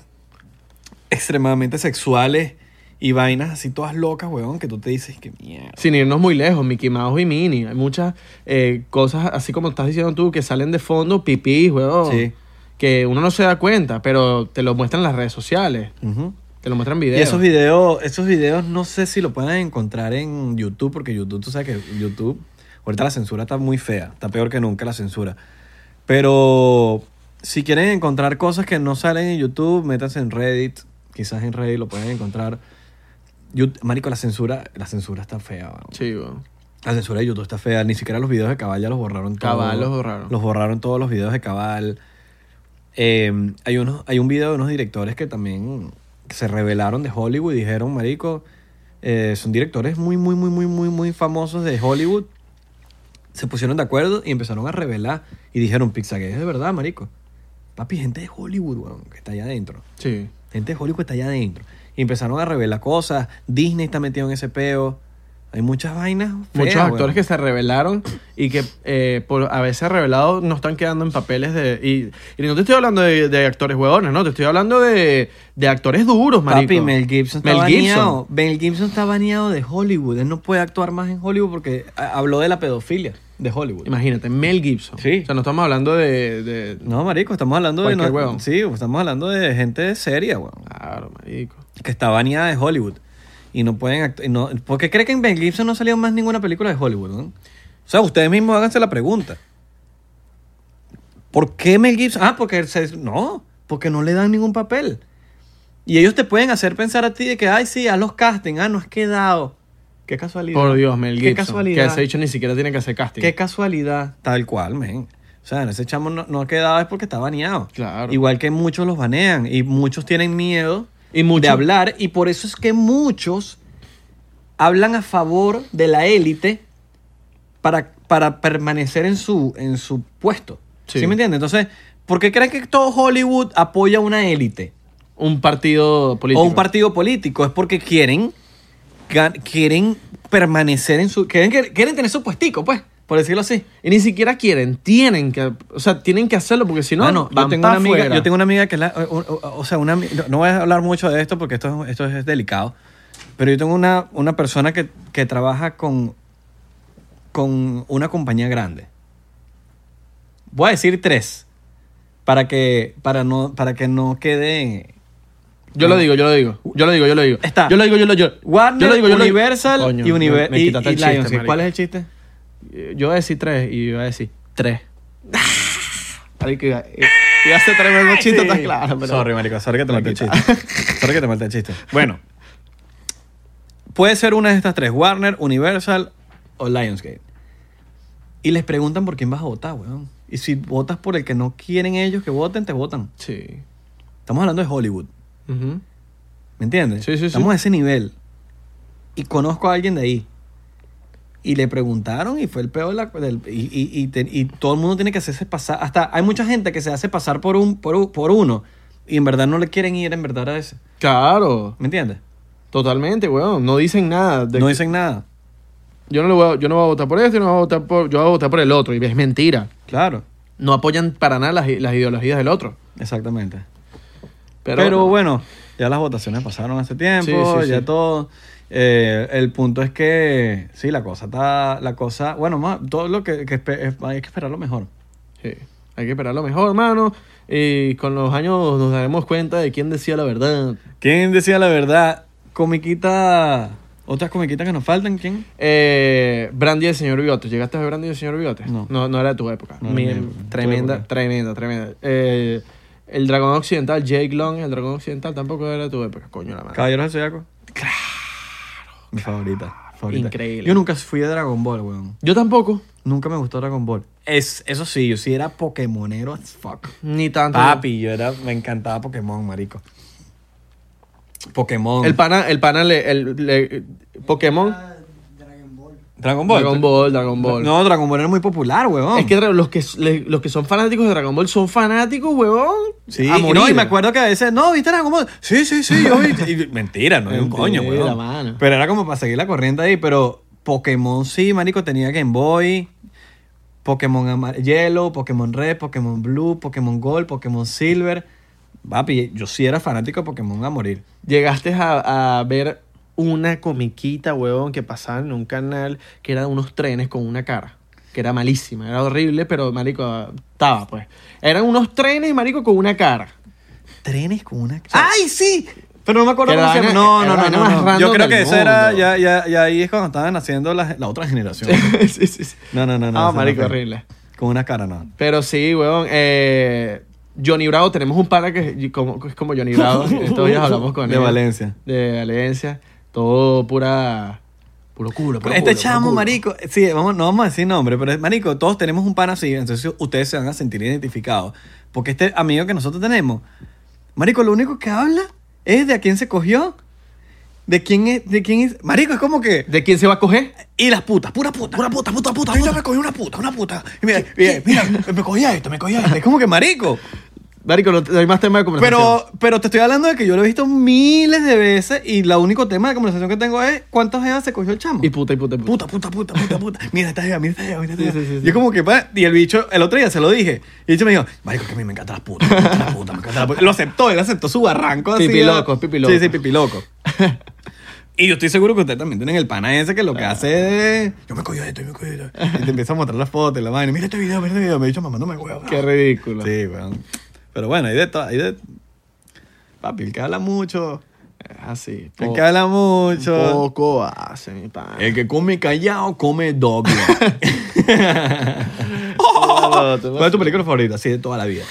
S3: extremadamente sexuales y vainas así todas locas, huevón, que tú te dices que mierda.
S2: Sin irnos muy lejos, Mickey Mouse y Minnie. Hay muchas eh, cosas, así como estás diciendo tú, que salen de fondo, pipí, weón.
S3: Sí.
S2: Que uno no se da cuenta, pero te lo muestran las redes sociales.
S3: Ujú.
S2: Te lo muestran
S3: Y
S2: videos.
S3: esos videos, esos videos no sé si lo pueden encontrar en YouTube, porque YouTube, tú sabes que YouTube, ahorita la censura está muy fea, está peor que nunca la censura. Pero si quieren encontrar cosas que no salen en YouTube, métanse en Reddit, quizás en Reddit lo pueden encontrar. Yo- Marico, la censura, la censura está fea, weón.
S2: Sí, weón.
S3: La censura de YouTube está fea. Ni siquiera los videos de Cabal ya los borraron todos.
S2: Cabal los borraron.
S3: Los borraron todos los videos de Cabal. Eh, hay, unos, hay un video de unos directores que también se revelaron de Hollywood y dijeron, marico, eh, son directores muy, muy, muy, muy, muy, muy famosos de Hollywood. Se pusieron de acuerdo y empezaron a revelar. Y dijeron, Pizzagate es de verdad, marico. Papi, gente de Hollywood, weón, que está allá adentro.
S2: Sí.
S3: Gente de Hollywood está allá adentro. Y empezaron a revelar cosas. Disney está metido en ese peo. Hay muchas vainas.
S2: Muchos
S3: feas,
S2: actores
S3: weón.
S2: que se revelaron y que eh, por a veces revelados no están quedando en papeles de... Y, y no te estoy hablando de, de actores huevones, no. Te estoy hablando de, de actores duros, marico.
S3: Papi, Mel Gibson está
S2: Mel Gibson.
S3: baneado. Mel Gibson está baneado de Hollywood. Él no puede actuar más en Hollywood porque ah, habló de la pedofilia de Hollywood.
S2: Imagínate, Mel Gibson.
S3: Sí.
S2: O sea, no estamos hablando de- de
S3: No, marico, estamos hablando de...
S2: Cualquier
S3: no-
S2: huevón.
S3: sí, estamos hablando de gente seria, weón.
S2: Claro, marico.
S3: Que está baneada de Hollywood. Y no pueden actuar... No, ¿Por qué cree que en Mel Gibson no salió más ninguna película de Hollywood? weón? O sea, ustedes mismos háganse la pregunta. ¿Por qué Mel Gibson? Ah, porque... se- no, porque no le dan ningún papel. Y ellos te pueden hacer pensar a ti de que, ay, sí, haz los castings, ah, no has quedado. Qué casualidad.
S2: Por Dios, Mel Gibson.
S3: Qué casualidad.
S2: Que ese dicho ni siquiera tiene que hacer casting.
S3: Qué casualidad. Tal cual, men. O sea, ese chamo no, no ha quedado es porque está baneado.
S2: Claro.
S3: Igual que muchos los banean y muchos tienen miedo
S2: Y mucho-
S3: de hablar. Y por eso es que muchos hablan a favor de la élite para, para permanecer en su, en su puesto.
S2: Sí.
S3: Sí. me entiendes? Entonces, ¿por qué creen que todo Hollywood apoya una élite?
S2: Un partido político.
S3: O un partido político. Es porque quieren, gan- quieren permanecer en su... Quieren, que- quieren tener su puestico, pues, por decirlo así.
S2: Y ni siquiera quieren, tienen que, o sea, tienen que hacerlo porque si no,
S3: Mano,
S2: van
S3: yo tengo
S2: pa'
S3: una amiga,
S2: afuera.
S3: yo tengo una amiga que es la, o, o- o sea, una, ami- no, no voy a hablar mucho de esto porque esto, es- esto es delicado, pero yo tengo una, una persona que, que trabaja con, con una compañía grande. Voy a decir tres para que para no para que no quede
S2: Yo lo digo, yo lo digo, yo lo digo, yo lo digo.
S3: Está.
S2: Yo lo digo, yo lo digo.
S3: Warner,
S2: yo lo digo, yo lo digo.
S3: Universal
S2: Coño,
S3: y Univer-
S2: me- me
S3: y-
S2: quitaste
S3: y
S2: el chiste,
S3: Lionsgate. ¿Cuál es
S2: marico.
S3: el chiste?
S2: Yo voy a decir tres y iba a decir tres. Marico, iba, iba a eh. hacer tremendo chiste, está claro, pero...
S3: Sorry, marico, sorry que te malte el chiste. sorry que te malte el chiste. Bueno, puede ser una de estas tres, Warner, Universal o Lionsgate. Y les preguntan por quién vas a votar, weón. Y si votas por el que no quieren ellos que voten, te votan.
S2: Sí.
S3: Estamos hablando de Hollywood,
S2: Ujú.
S3: ¿me entiendes?
S2: Sí, sí, sí.
S3: Estamos a ese nivel. Y conozco a alguien de ahí. Y le preguntaron y fue el peor de la- del... Y, y- y te- y todo el mundo tiene que hacerse pasar... Hasta hay mucha gente que se hace pasar por, un, por, un- por uno. Y en verdad no le quieren ir en verdad a ese.
S2: Claro,
S3: ¿Me entiendes?
S2: totalmente, weón. No dicen nada. de
S3: No
S2: que-
S3: dicen nada.
S2: Yo no, lo voy a, yo no voy a votar por este, yo no voy a votar por, yo voy a votar por el otro. Y es mentira.
S3: Claro.
S2: No apoyan para nada las, las ideologías del otro.
S3: Exactamente.
S2: Pero,
S3: Pero, bueno, ya las votaciones pasaron hace tiempo,
S2: Sí, sí,
S3: ya
S2: sí.
S3: todo. Eh, el punto es que sí, la cosa está, la cosa, bueno, más, todo lo que, que espe- es- hay que esperar lo mejor.
S2: Sí. Hay que esperar lo mejor, hermano. Y con los años nos daremos cuenta de quién decía la verdad.
S3: ¿Quién decía la verdad? Comiquita, otras comiquitas que nos faltan, ¿quién?
S2: Eh, Brandy y el señor Bigote. ¿Llegaste a ver Brandy y el señor Bigote?
S3: No.
S2: No, no era de tu época.
S3: No era mi
S2: Mi-
S3: época. Tu
S2: tremenda,
S3: época.
S2: tremenda, tremenda. Eh, el dragón occidental, Jake Long, el dragón occidental tampoco era de tu época. Coño, la madre.
S3: Caballeros del Zodiaco. Claro. Mi favorita, favorita.
S2: Increíble.
S3: Yo nunca fui de Dragon Ball, weón.
S2: Yo tampoco.
S3: Nunca me gustó Dragon Ball. Es, eso sí, yo sí era Pokémonero as fuck.
S2: Ni tanto.
S3: Papi, yo era, me encantaba Pokémon, marico. Pokémon.
S2: El pana, el pana, le, el, le- Pokémon.
S1: Dragon Ball.
S3: Dragon Ball.
S2: Dragon Ball, Dragon Ball.
S3: No, Dragon Ball era muy popular, weón.
S2: Es que dra- los que, s- le- los que son fanáticos de Dragon Ball son fanáticos, huevón.
S3: Sí,
S2: a
S3: y
S2: morir.
S3: no, y me acuerdo que a veces, no, ¿viste Dragon Ball? Sí, sí, sí, yo vi. Y- mentira, no es un
S2: Mentira,
S3: coño, weón.
S2: mano.
S3: Pero era como para seguir la corriente ahí, pero Pokémon sí, marico, tenía Game Boy, Pokémon ama- Yellow, Pokémon Red, Pokémon Blue, Pokémon Gold, Pokémon Silver. Papi, yo sí era fanático de Pokémon a morir.
S2: Llegaste a, a ver una comiquita, huevón, que pasaba en un canal que era de unos trenes con una cara. Que era malísima, era horrible, pero marico, estaba pues. Eran unos trenes, marico, con una cara.
S3: Trenes con una. ¡Ay, sí! Pero no me acuerdo
S2: Que
S3: cómo
S2: la
S3: se llama.
S2: vaina-
S3: No,
S2: era
S3: no,
S2: la
S3: no,
S2: vaina
S3: no.
S2: más
S3: no. Yo
S2: random
S3: creo que
S2: del
S3: eso era.
S2: mundo.
S3: Ya, ya, ya ahí es cuando estaban naciendo la, la otra generación.
S2: sí, sí, sí.
S3: No, no, no. no
S2: Ah,
S3: eso no
S2: marico,
S3: fue.
S2: horrible.
S3: Con una cara, no.
S2: Pero sí, huevón. eh, Johnny Bravo, tenemos un pana que es como, que es como Johnny Bravo. Estos días hablamos con
S3: De
S2: él.
S3: Valencia.
S2: De Valencia. Todo pura. Puro culo. puro
S3: Este
S2: culo, puro
S3: chamo,
S2: culo.
S3: marico, sí, vamos, no vamos a decir nombre, pero es- marico, todos tenemos un pan así, entonces ustedes se van a sentir identificados. Porque este amigo que nosotros tenemos, marico, lo único que habla es de a quién se cogió, de quién es, de quién es, marico, es como que,
S2: ¿De quién se va a coger?
S3: y las putas, pura puta, pura puta, puta, puta, puta. Yo me cogí una puta, una puta. Y mira, mira, mira, me cogí a esto, me cogí a esto. Es como que marico.
S2: Marico, no te- hay más temas de conversación.
S3: Pero, pero te estoy hablando de que yo lo he visto miles de veces y la único tema de conversación que tengo es cuántas veces se cogió el chamo.
S2: Y puta, y puta, y puta.
S3: Puta, puta, puta, puta, puta. Mira esta jeva, mira esta jeva, mira esta
S2: Sí,
S3: jeva.
S2: sí, sí, sí.
S3: Yo como que, pa- y el bicho, el otro día se lo dije. Y el bicho me dijo, marico, que a mí me encantan las putas, me encantan las putas, me encantan las putas. Lo aceptó, él aceptó su barranco. así,
S2: Pipiloco,
S3: ¿no?
S2: pipiloco.
S3: Sí, sí, pipiloco. y yo estoy seguro que ustedes también tienen el pana ese que lo
S2: Ah.
S3: que hace es, yo me cojo esto, yo me cojo esto. Y te empieza a mostrar las fotos y la vaina. Mira este video, mira este video. Me he dicho, mamá, no me huevo.
S2: Qué ridículo. Eh,
S3: Sí, weón. Pero bueno, hay de todo, hay de... Papi, el que habla mucho,
S2: Así.
S3: el que habla mucho.
S2: Oh, Poco hace, mi pana.
S3: El que come callado come doble. ¿Cuál es tu película favorita? Así de toda la vida.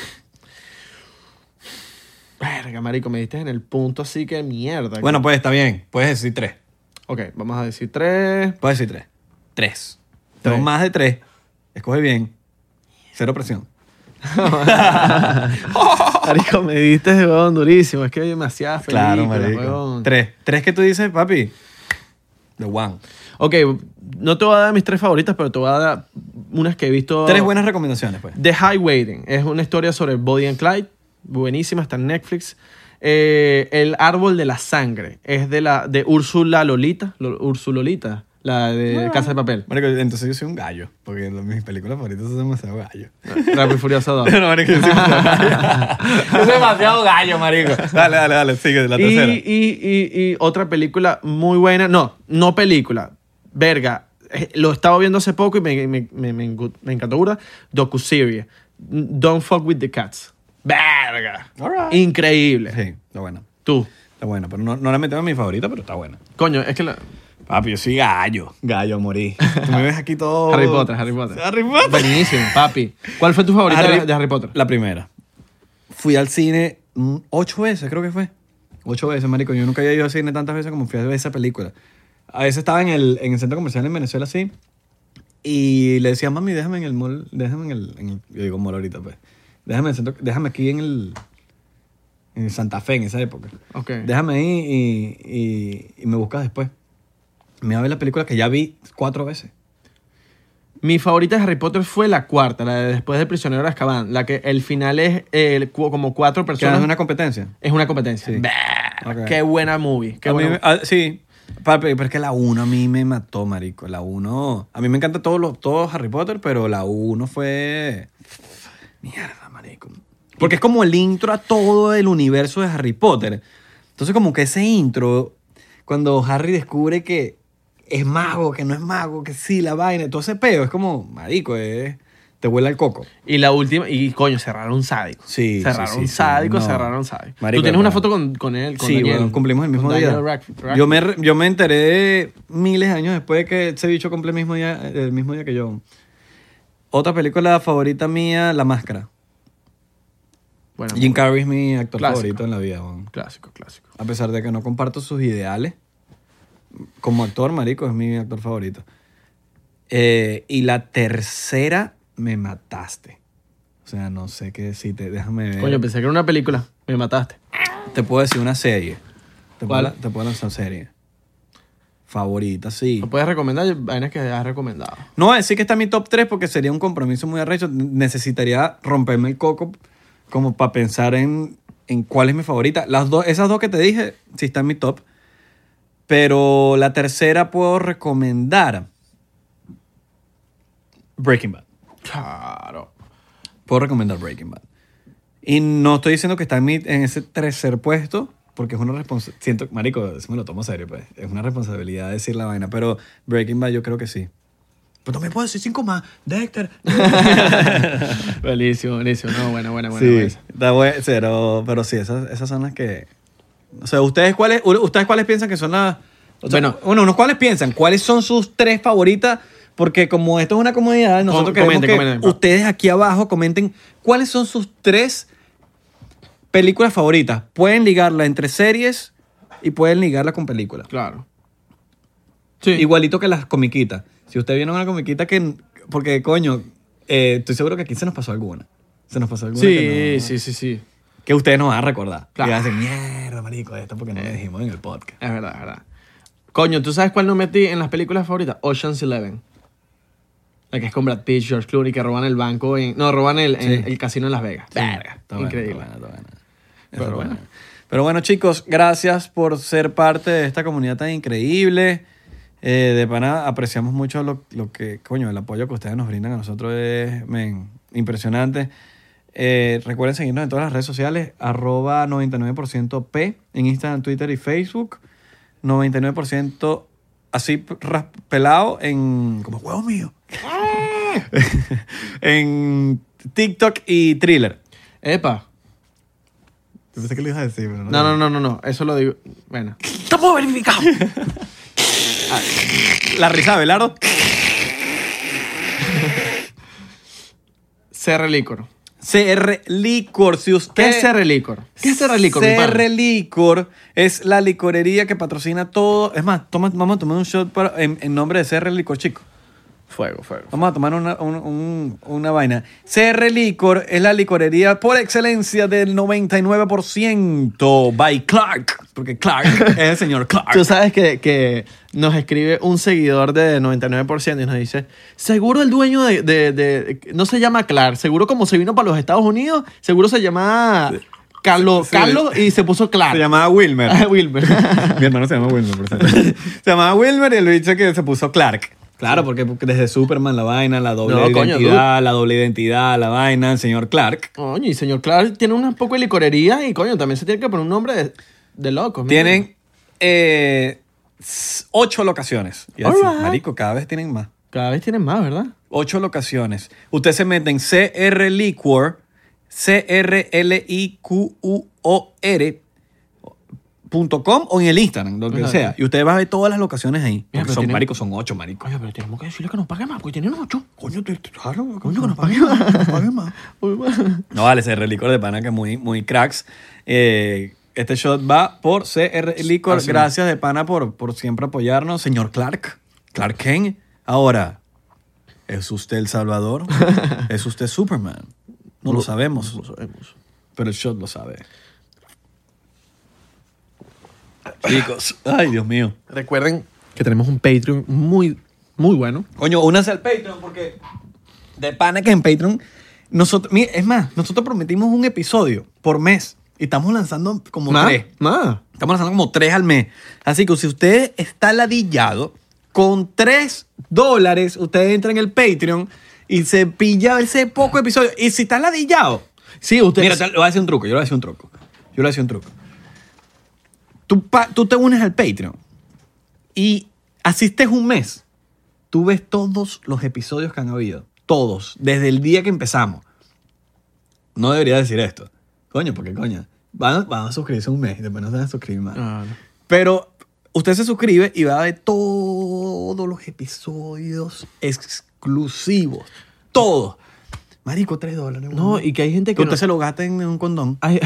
S2: Verga, marico, me diste en el punto así que mierda.
S3: Bueno, pues está bien. Puedes decir tres.
S2: Ok, vamos a decir tres.
S3: Puedes decir tres. Tres.
S2: Tres.
S3: No más de tres. Escoge bien. Cero presión.
S2: Marico, me diste de huevón durísimo. Es que hay demasiadas películas,
S3: Claro, marico.
S2: huevón.
S3: Tres. Tres que tú dices, papi. The One.
S2: Ok, no te voy a dar mis tres favoritas, pero te voy a dar unas que he visto.
S3: Tres buenas recomendaciones, pues.
S2: The High Waiting es una historia sobre Body and Clyde, buenísima, está en Netflix. Eh, el Árbol de la Sangre es de la de Úrsula Lolita, Lo- Úrsula Lolita, la de
S3: Ah.
S2: Casa de Papel.
S3: Marico, entonces yo soy un gallo. Porque lo- mis películas favoritas son demasiado gallo.
S2: Rápido y Furioso 2.
S3: No, marico, yo soy demasiado gallo. Ah. Yo soy demasiado gallo, marico. Dale, dale, dale. Sigue, la
S2: y,
S3: tercera.
S2: y- y- y otra película muy buena. No, no película. Verga. eh, Lo estaba viendo hace poco y me, me, me, me engu- me encantó burda. Docuserie. Don't fuck with the cats. Verga.
S3: All right.
S2: Increíble.
S3: Sí, está buena.
S2: Tú.
S3: Está buena. Pero no, no la metemos en mi favorita, pero está buena.
S2: Coño, es que la-
S3: Papi, yo soy gallo. Gallo, morí. Tú me ves aquí todo...
S2: Harry Potter, Harry Potter.
S3: Oh. Harry Potter.
S2: Buenísimo, papi. ¿Cuál fue tu favorita
S3: Harry-
S2: de- de Harry Potter?
S3: La primera. Fui al cine mm, ocho veces, creo que fue. Ocho veces, marico. Yo nunca había ido al cine tantas veces como fui a ver esa película. A veces estaba en el, en el centro comercial en Venezuela, así. Y le decía, mami, déjame en el mall, déjame en el... en el-" yo digo mall ahorita, pues. Déjame, en el centro- déjame aquí en el... En Santa Fe, en esa época.
S2: Ok.
S3: Déjame ahí y, y- y me buscas después. Me va a ver la película que ya vi cuatro veces.
S2: Mi favorita de Harry Potter fue la cuarta, la de después del prisionero de Azkaban, la que el final es eh, el cu- como cuatro
S3: Que es
S2: personas.
S3: una competencia.
S2: Es una competencia.
S3: Sí.
S2: Verga,
S3: Ok.
S2: Qué buena movie. Qué
S3: A mí
S2: buena
S3: me- ah,
S2: movie.
S3: sí. Papi, pero es que la 1 a mí me mató, marico. La 1... A mí me encanta todo, lo- todo Harry Potter, pero la 1 fue... Mierda, marico. Porque es como el intro a todo el universo de Harry Potter. Entonces como que ese intro, cuando Harry descubre que es mago, que no es mago, que sí, la vaina, todo ese peo, es como, marico, es- te huele al coco.
S2: Y la última, y coño, cerraron sádico.
S3: Sí, sí,
S2: Cerraron
S3: sí, sí.
S2: sádico,
S3: No.
S2: cerraron sádico.
S3: Marico,
S2: Tú tienes una
S3: bueno.
S2: foto con, con él, con
S3: sí,
S2: Daniel.
S3: weón, cumplimos el
S2: con
S3: mismo día.
S2: Daniel Radcliffe.
S3: Yo me, re- yo me enteré miles de años después de que ese bicho cumple el mismo día, el mismo día que yo. Otra película favorita mía, La Máscara.
S2: Bueno,
S3: Jim Carrey es mi actor
S2: Clásico.
S3: favorito en la vida, weón.
S2: clásico, clásico.
S3: A pesar de que no comparto sus ideales, como actor, marico, es mi actor favorito. Eh, y la tercera, me mataste. O sea, no sé qué decirte, déjame ver.
S2: Coño, pensé que era una película. Me mataste.
S3: Te puedo decir una serie. Te
S2: ¿Cuál?
S3: Puedo, te puedo lanzar serie. Favorita, sí.
S2: No puedes recomendar vainas que has recomendado.
S3: No voy a decir que está en mi top 3 porque sería un compromiso muy arrecho. Necesitaría romperme el coco como para pensar en, en cuál es mi favorita. Las dos, esas dos que te dije, sí están en mi top. Pero la tercera puedo recomendar. Breaking Bad.
S2: Claro.
S3: Puedo recomendar Breaking Bad. Y no estoy diciendo que está en, mi- en ese tercer puesto, porque es una responsabilidad. Siento, marico, eso me lo tomo serio, pues. Es una responsabilidad decir la vaina, pero Breaking Bad yo creo que sí. Pero también puedo decir cinco más. Dexter.
S2: buenísimo, buenísimo. No, buena, buena, buena.
S3: sí,
S2: buena.
S3: está bueno, pero, pero sí, esas, esas son las que. O sea, ¿ustedes cuáles, u- ¿ustedes cuáles piensan que son las. o sea,
S2: Bueno.
S3: bueno, unos cuáles piensan, cuáles son sus tres favoritas, porque como esto es una comunidad, nosotros queremos
S2: comenten,
S3: que
S2: comenten.
S3: ustedes aquí abajo comenten cuáles son sus tres películas favoritas. Pueden ligarla entre series y pueden ligarla con películas.
S2: Claro. Sí.
S3: Igualito que las comiquitas. Si usted vieron una comiquita que. Porque, coño, eh, estoy seguro que aquí se nos pasó alguna. Se nos pasó alguna. que
S2: Sí,
S3: no-
S2: sí, sí, sí.
S3: que ustedes no van a recordar.
S2: Claro.
S3: Y
S2: Eh.
S3: van a decir, mierda, marico, esto porque no lo dijimos en el podcast.
S2: Es verdad, es verdad. Coño, ¿tú sabes cuál no metí en las películas favoritas? Ocean's Eleven. La que es con Brad Pitt, George Clooney, que roban el banco en... No, roban el, en- el casino en Las Vegas. Verga.
S3: Está bueno,
S2: Increíble.
S3: está bueno, está bueno.
S2: Pero
S3: Está
S2: bueno.
S3: Pero bueno, chicos, gracias por ser parte de esta comunidad tan increíble. Eh, de pana, apreciamos mucho lo, lo que, coño, el apoyo que ustedes nos brindan a nosotros es men, impresionante. Eh, recuerden seguirnos en todas las redes sociales, arroba 99% P en Instagram, Twitter y Facebook. 99% así ras- pelado en... Como huevo mío. ¡Ah! en TikTok y Thriller.
S2: Epa.
S3: Yo pensé que lo ibas a decir, pero
S2: No, no, no, no, no. Eso lo digo... Bueno.
S4: ¡Estamos verificados!
S3: La risa de Belardo.
S2: CR Licor.
S3: CR Licor. Si
S2: ¿Qué
S3: usted.
S2: es CR Licor? ¿Qué es CR Licor, mi pana?
S3: CR Licor es la licorería que patrocina todo. Es más, toma- vamos a tomar un shot para- en, en nombre de CR Licor, chico.
S2: Fuego, fuego.
S3: Vamos a tomar una, un- un- una vaina. CR Licor es la licorería por excelencia del 99% by Clark. Porque Clark es el señor Clark.
S2: Tú sabes que, que nos escribe un seguidor de 99% y nos dice, seguro el dueño de, de- de- no se llama Clark, seguro como se vino para los Estados Unidos, seguro se llama Carlos,
S3: Sí.
S2: Carlos y se puso Clark.
S3: Se llamaba Wilmer.
S2: Ah, Wilmer.
S3: Mi hermano se llama Wilmer, por cierto. se llamaba Wilmer y el bicho que se puso Clark. Claro, porque desde Superman la vaina, la doble
S2: No, coño,
S3: identidad, la doble identidad, la vaina, el señor Clark.
S2: Coño, y señor Clark tiene un poco de licorería y coño, también se tiene que poner un nombre de, de loco.
S3: Tienen eh, s- ocho locaciones. Y así,
S2: Alright.
S3: marico, cada vez tienen más.
S2: Cada vez tienen más, ¿verdad?
S3: Ocho locaciones. Usted se mete en CR Liquor, C-R-L-I-Q-U-O-R punto com o en el Instagram, lo que
S2: Ajá.
S3: sea. Y usted va a ver todas las locaciones ahí.
S2: pero
S3: Porque son,
S2: tienen-
S3: marico, son ocho, marico.
S2: Coño, pero tenemos que decirle que nos pague más, porque tienen ocho.
S3: Coño, te, claro,
S2: Coño, que nos pague más. que nos pague más.
S3: No vale, CR Licor de pana que muy, muy cracks. Eh, este shot va por CR Licor.
S2: Así es.
S3: Gracias de pana por, por siempre apoyarnos, señor Clark. Clark Kent. Ahora, ¿es usted El Salvador? ¿Es usted Superman? No lo sabemos.
S2: Lo sabemos.
S3: Pero el shot lo sabe. Chicos, ay Dios mío.
S2: Recuerden que tenemos un Patreon muy, muy bueno.
S3: Coño, únanse al Patreon porque de pana que en Patreon nosotros, mire, es más, nosotros prometimos un episodio por mes y estamos lanzando como
S2: ¿Más?
S3: tres.
S2: ¿Más?
S3: Estamos lanzando como tres al mes. Así que si usted está ladillado, con tres dólares usted entra en el Patreon y se pilla ese poco episodio. Y si está ladillado,
S2: Sí, usted.
S3: Mira, te- le voy a decir un truco, yo le voy a decir un truco. Yo le voy a decir un truco. Tú, pa- tú te unes al Patreon y asistes un mes. Tú ves todos los episodios que han habido. Todos. Desde el día que empezamos. No debería decir esto. Coño, porque coño. Van, van a suscribirse un mes y después no se van a suscribir más.
S2: Ah, no.
S3: Pero usted se suscribe y va a ver todos los episodios exclusivos. Todos. Marico, 3 dólares.
S2: No,
S3: weón.
S2: y que hay gente que.
S3: Usted
S2: no-
S3: se lo gasta en un condón.
S2: hay,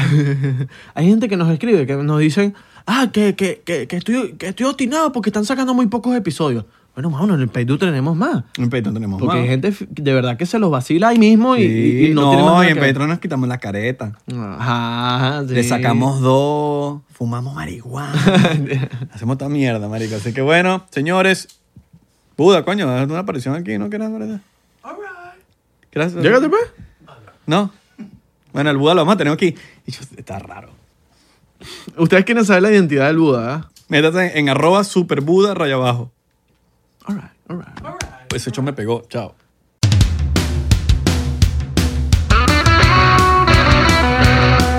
S2: hay gente que nos escribe, que nos dicen, ah, que, que, que, que estoy, que estoy obstinado porque están sacando muy pocos episodios. Bueno, mano, en el Patreon tenemos más.
S3: En Patreon tenemos
S2: Porque
S3: más.
S2: hay gente f- de verdad que se los vacila ahí mismo y,
S3: Sí,
S2: y- y no,
S3: no,
S2: tiene más nada
S3: y en
S2: que ver.
S3: Patreon nos quitamos la careta.
S2: Ajá, sí.
S3: Le sacamos dos, fumamos marihuana. Hacemos toda mierda, marico. Así que bueno, señores. Buda, coño, haz una aparición aquí, ¿no? ¿Qué era, verdad? ¿Quieres-
S2: Llégate, pues.
S3: No. Bueno, el Buda lo vamos a tener aquí. Y yo, está raro.
S2: Ustedes quieren saber la identidad del Buda, ¿ah?
S3: Métase en, en arroba superbuda raya abajo.
S2: ¿eh? All right, all right.
S3: Ese hecho me pegó. Chao.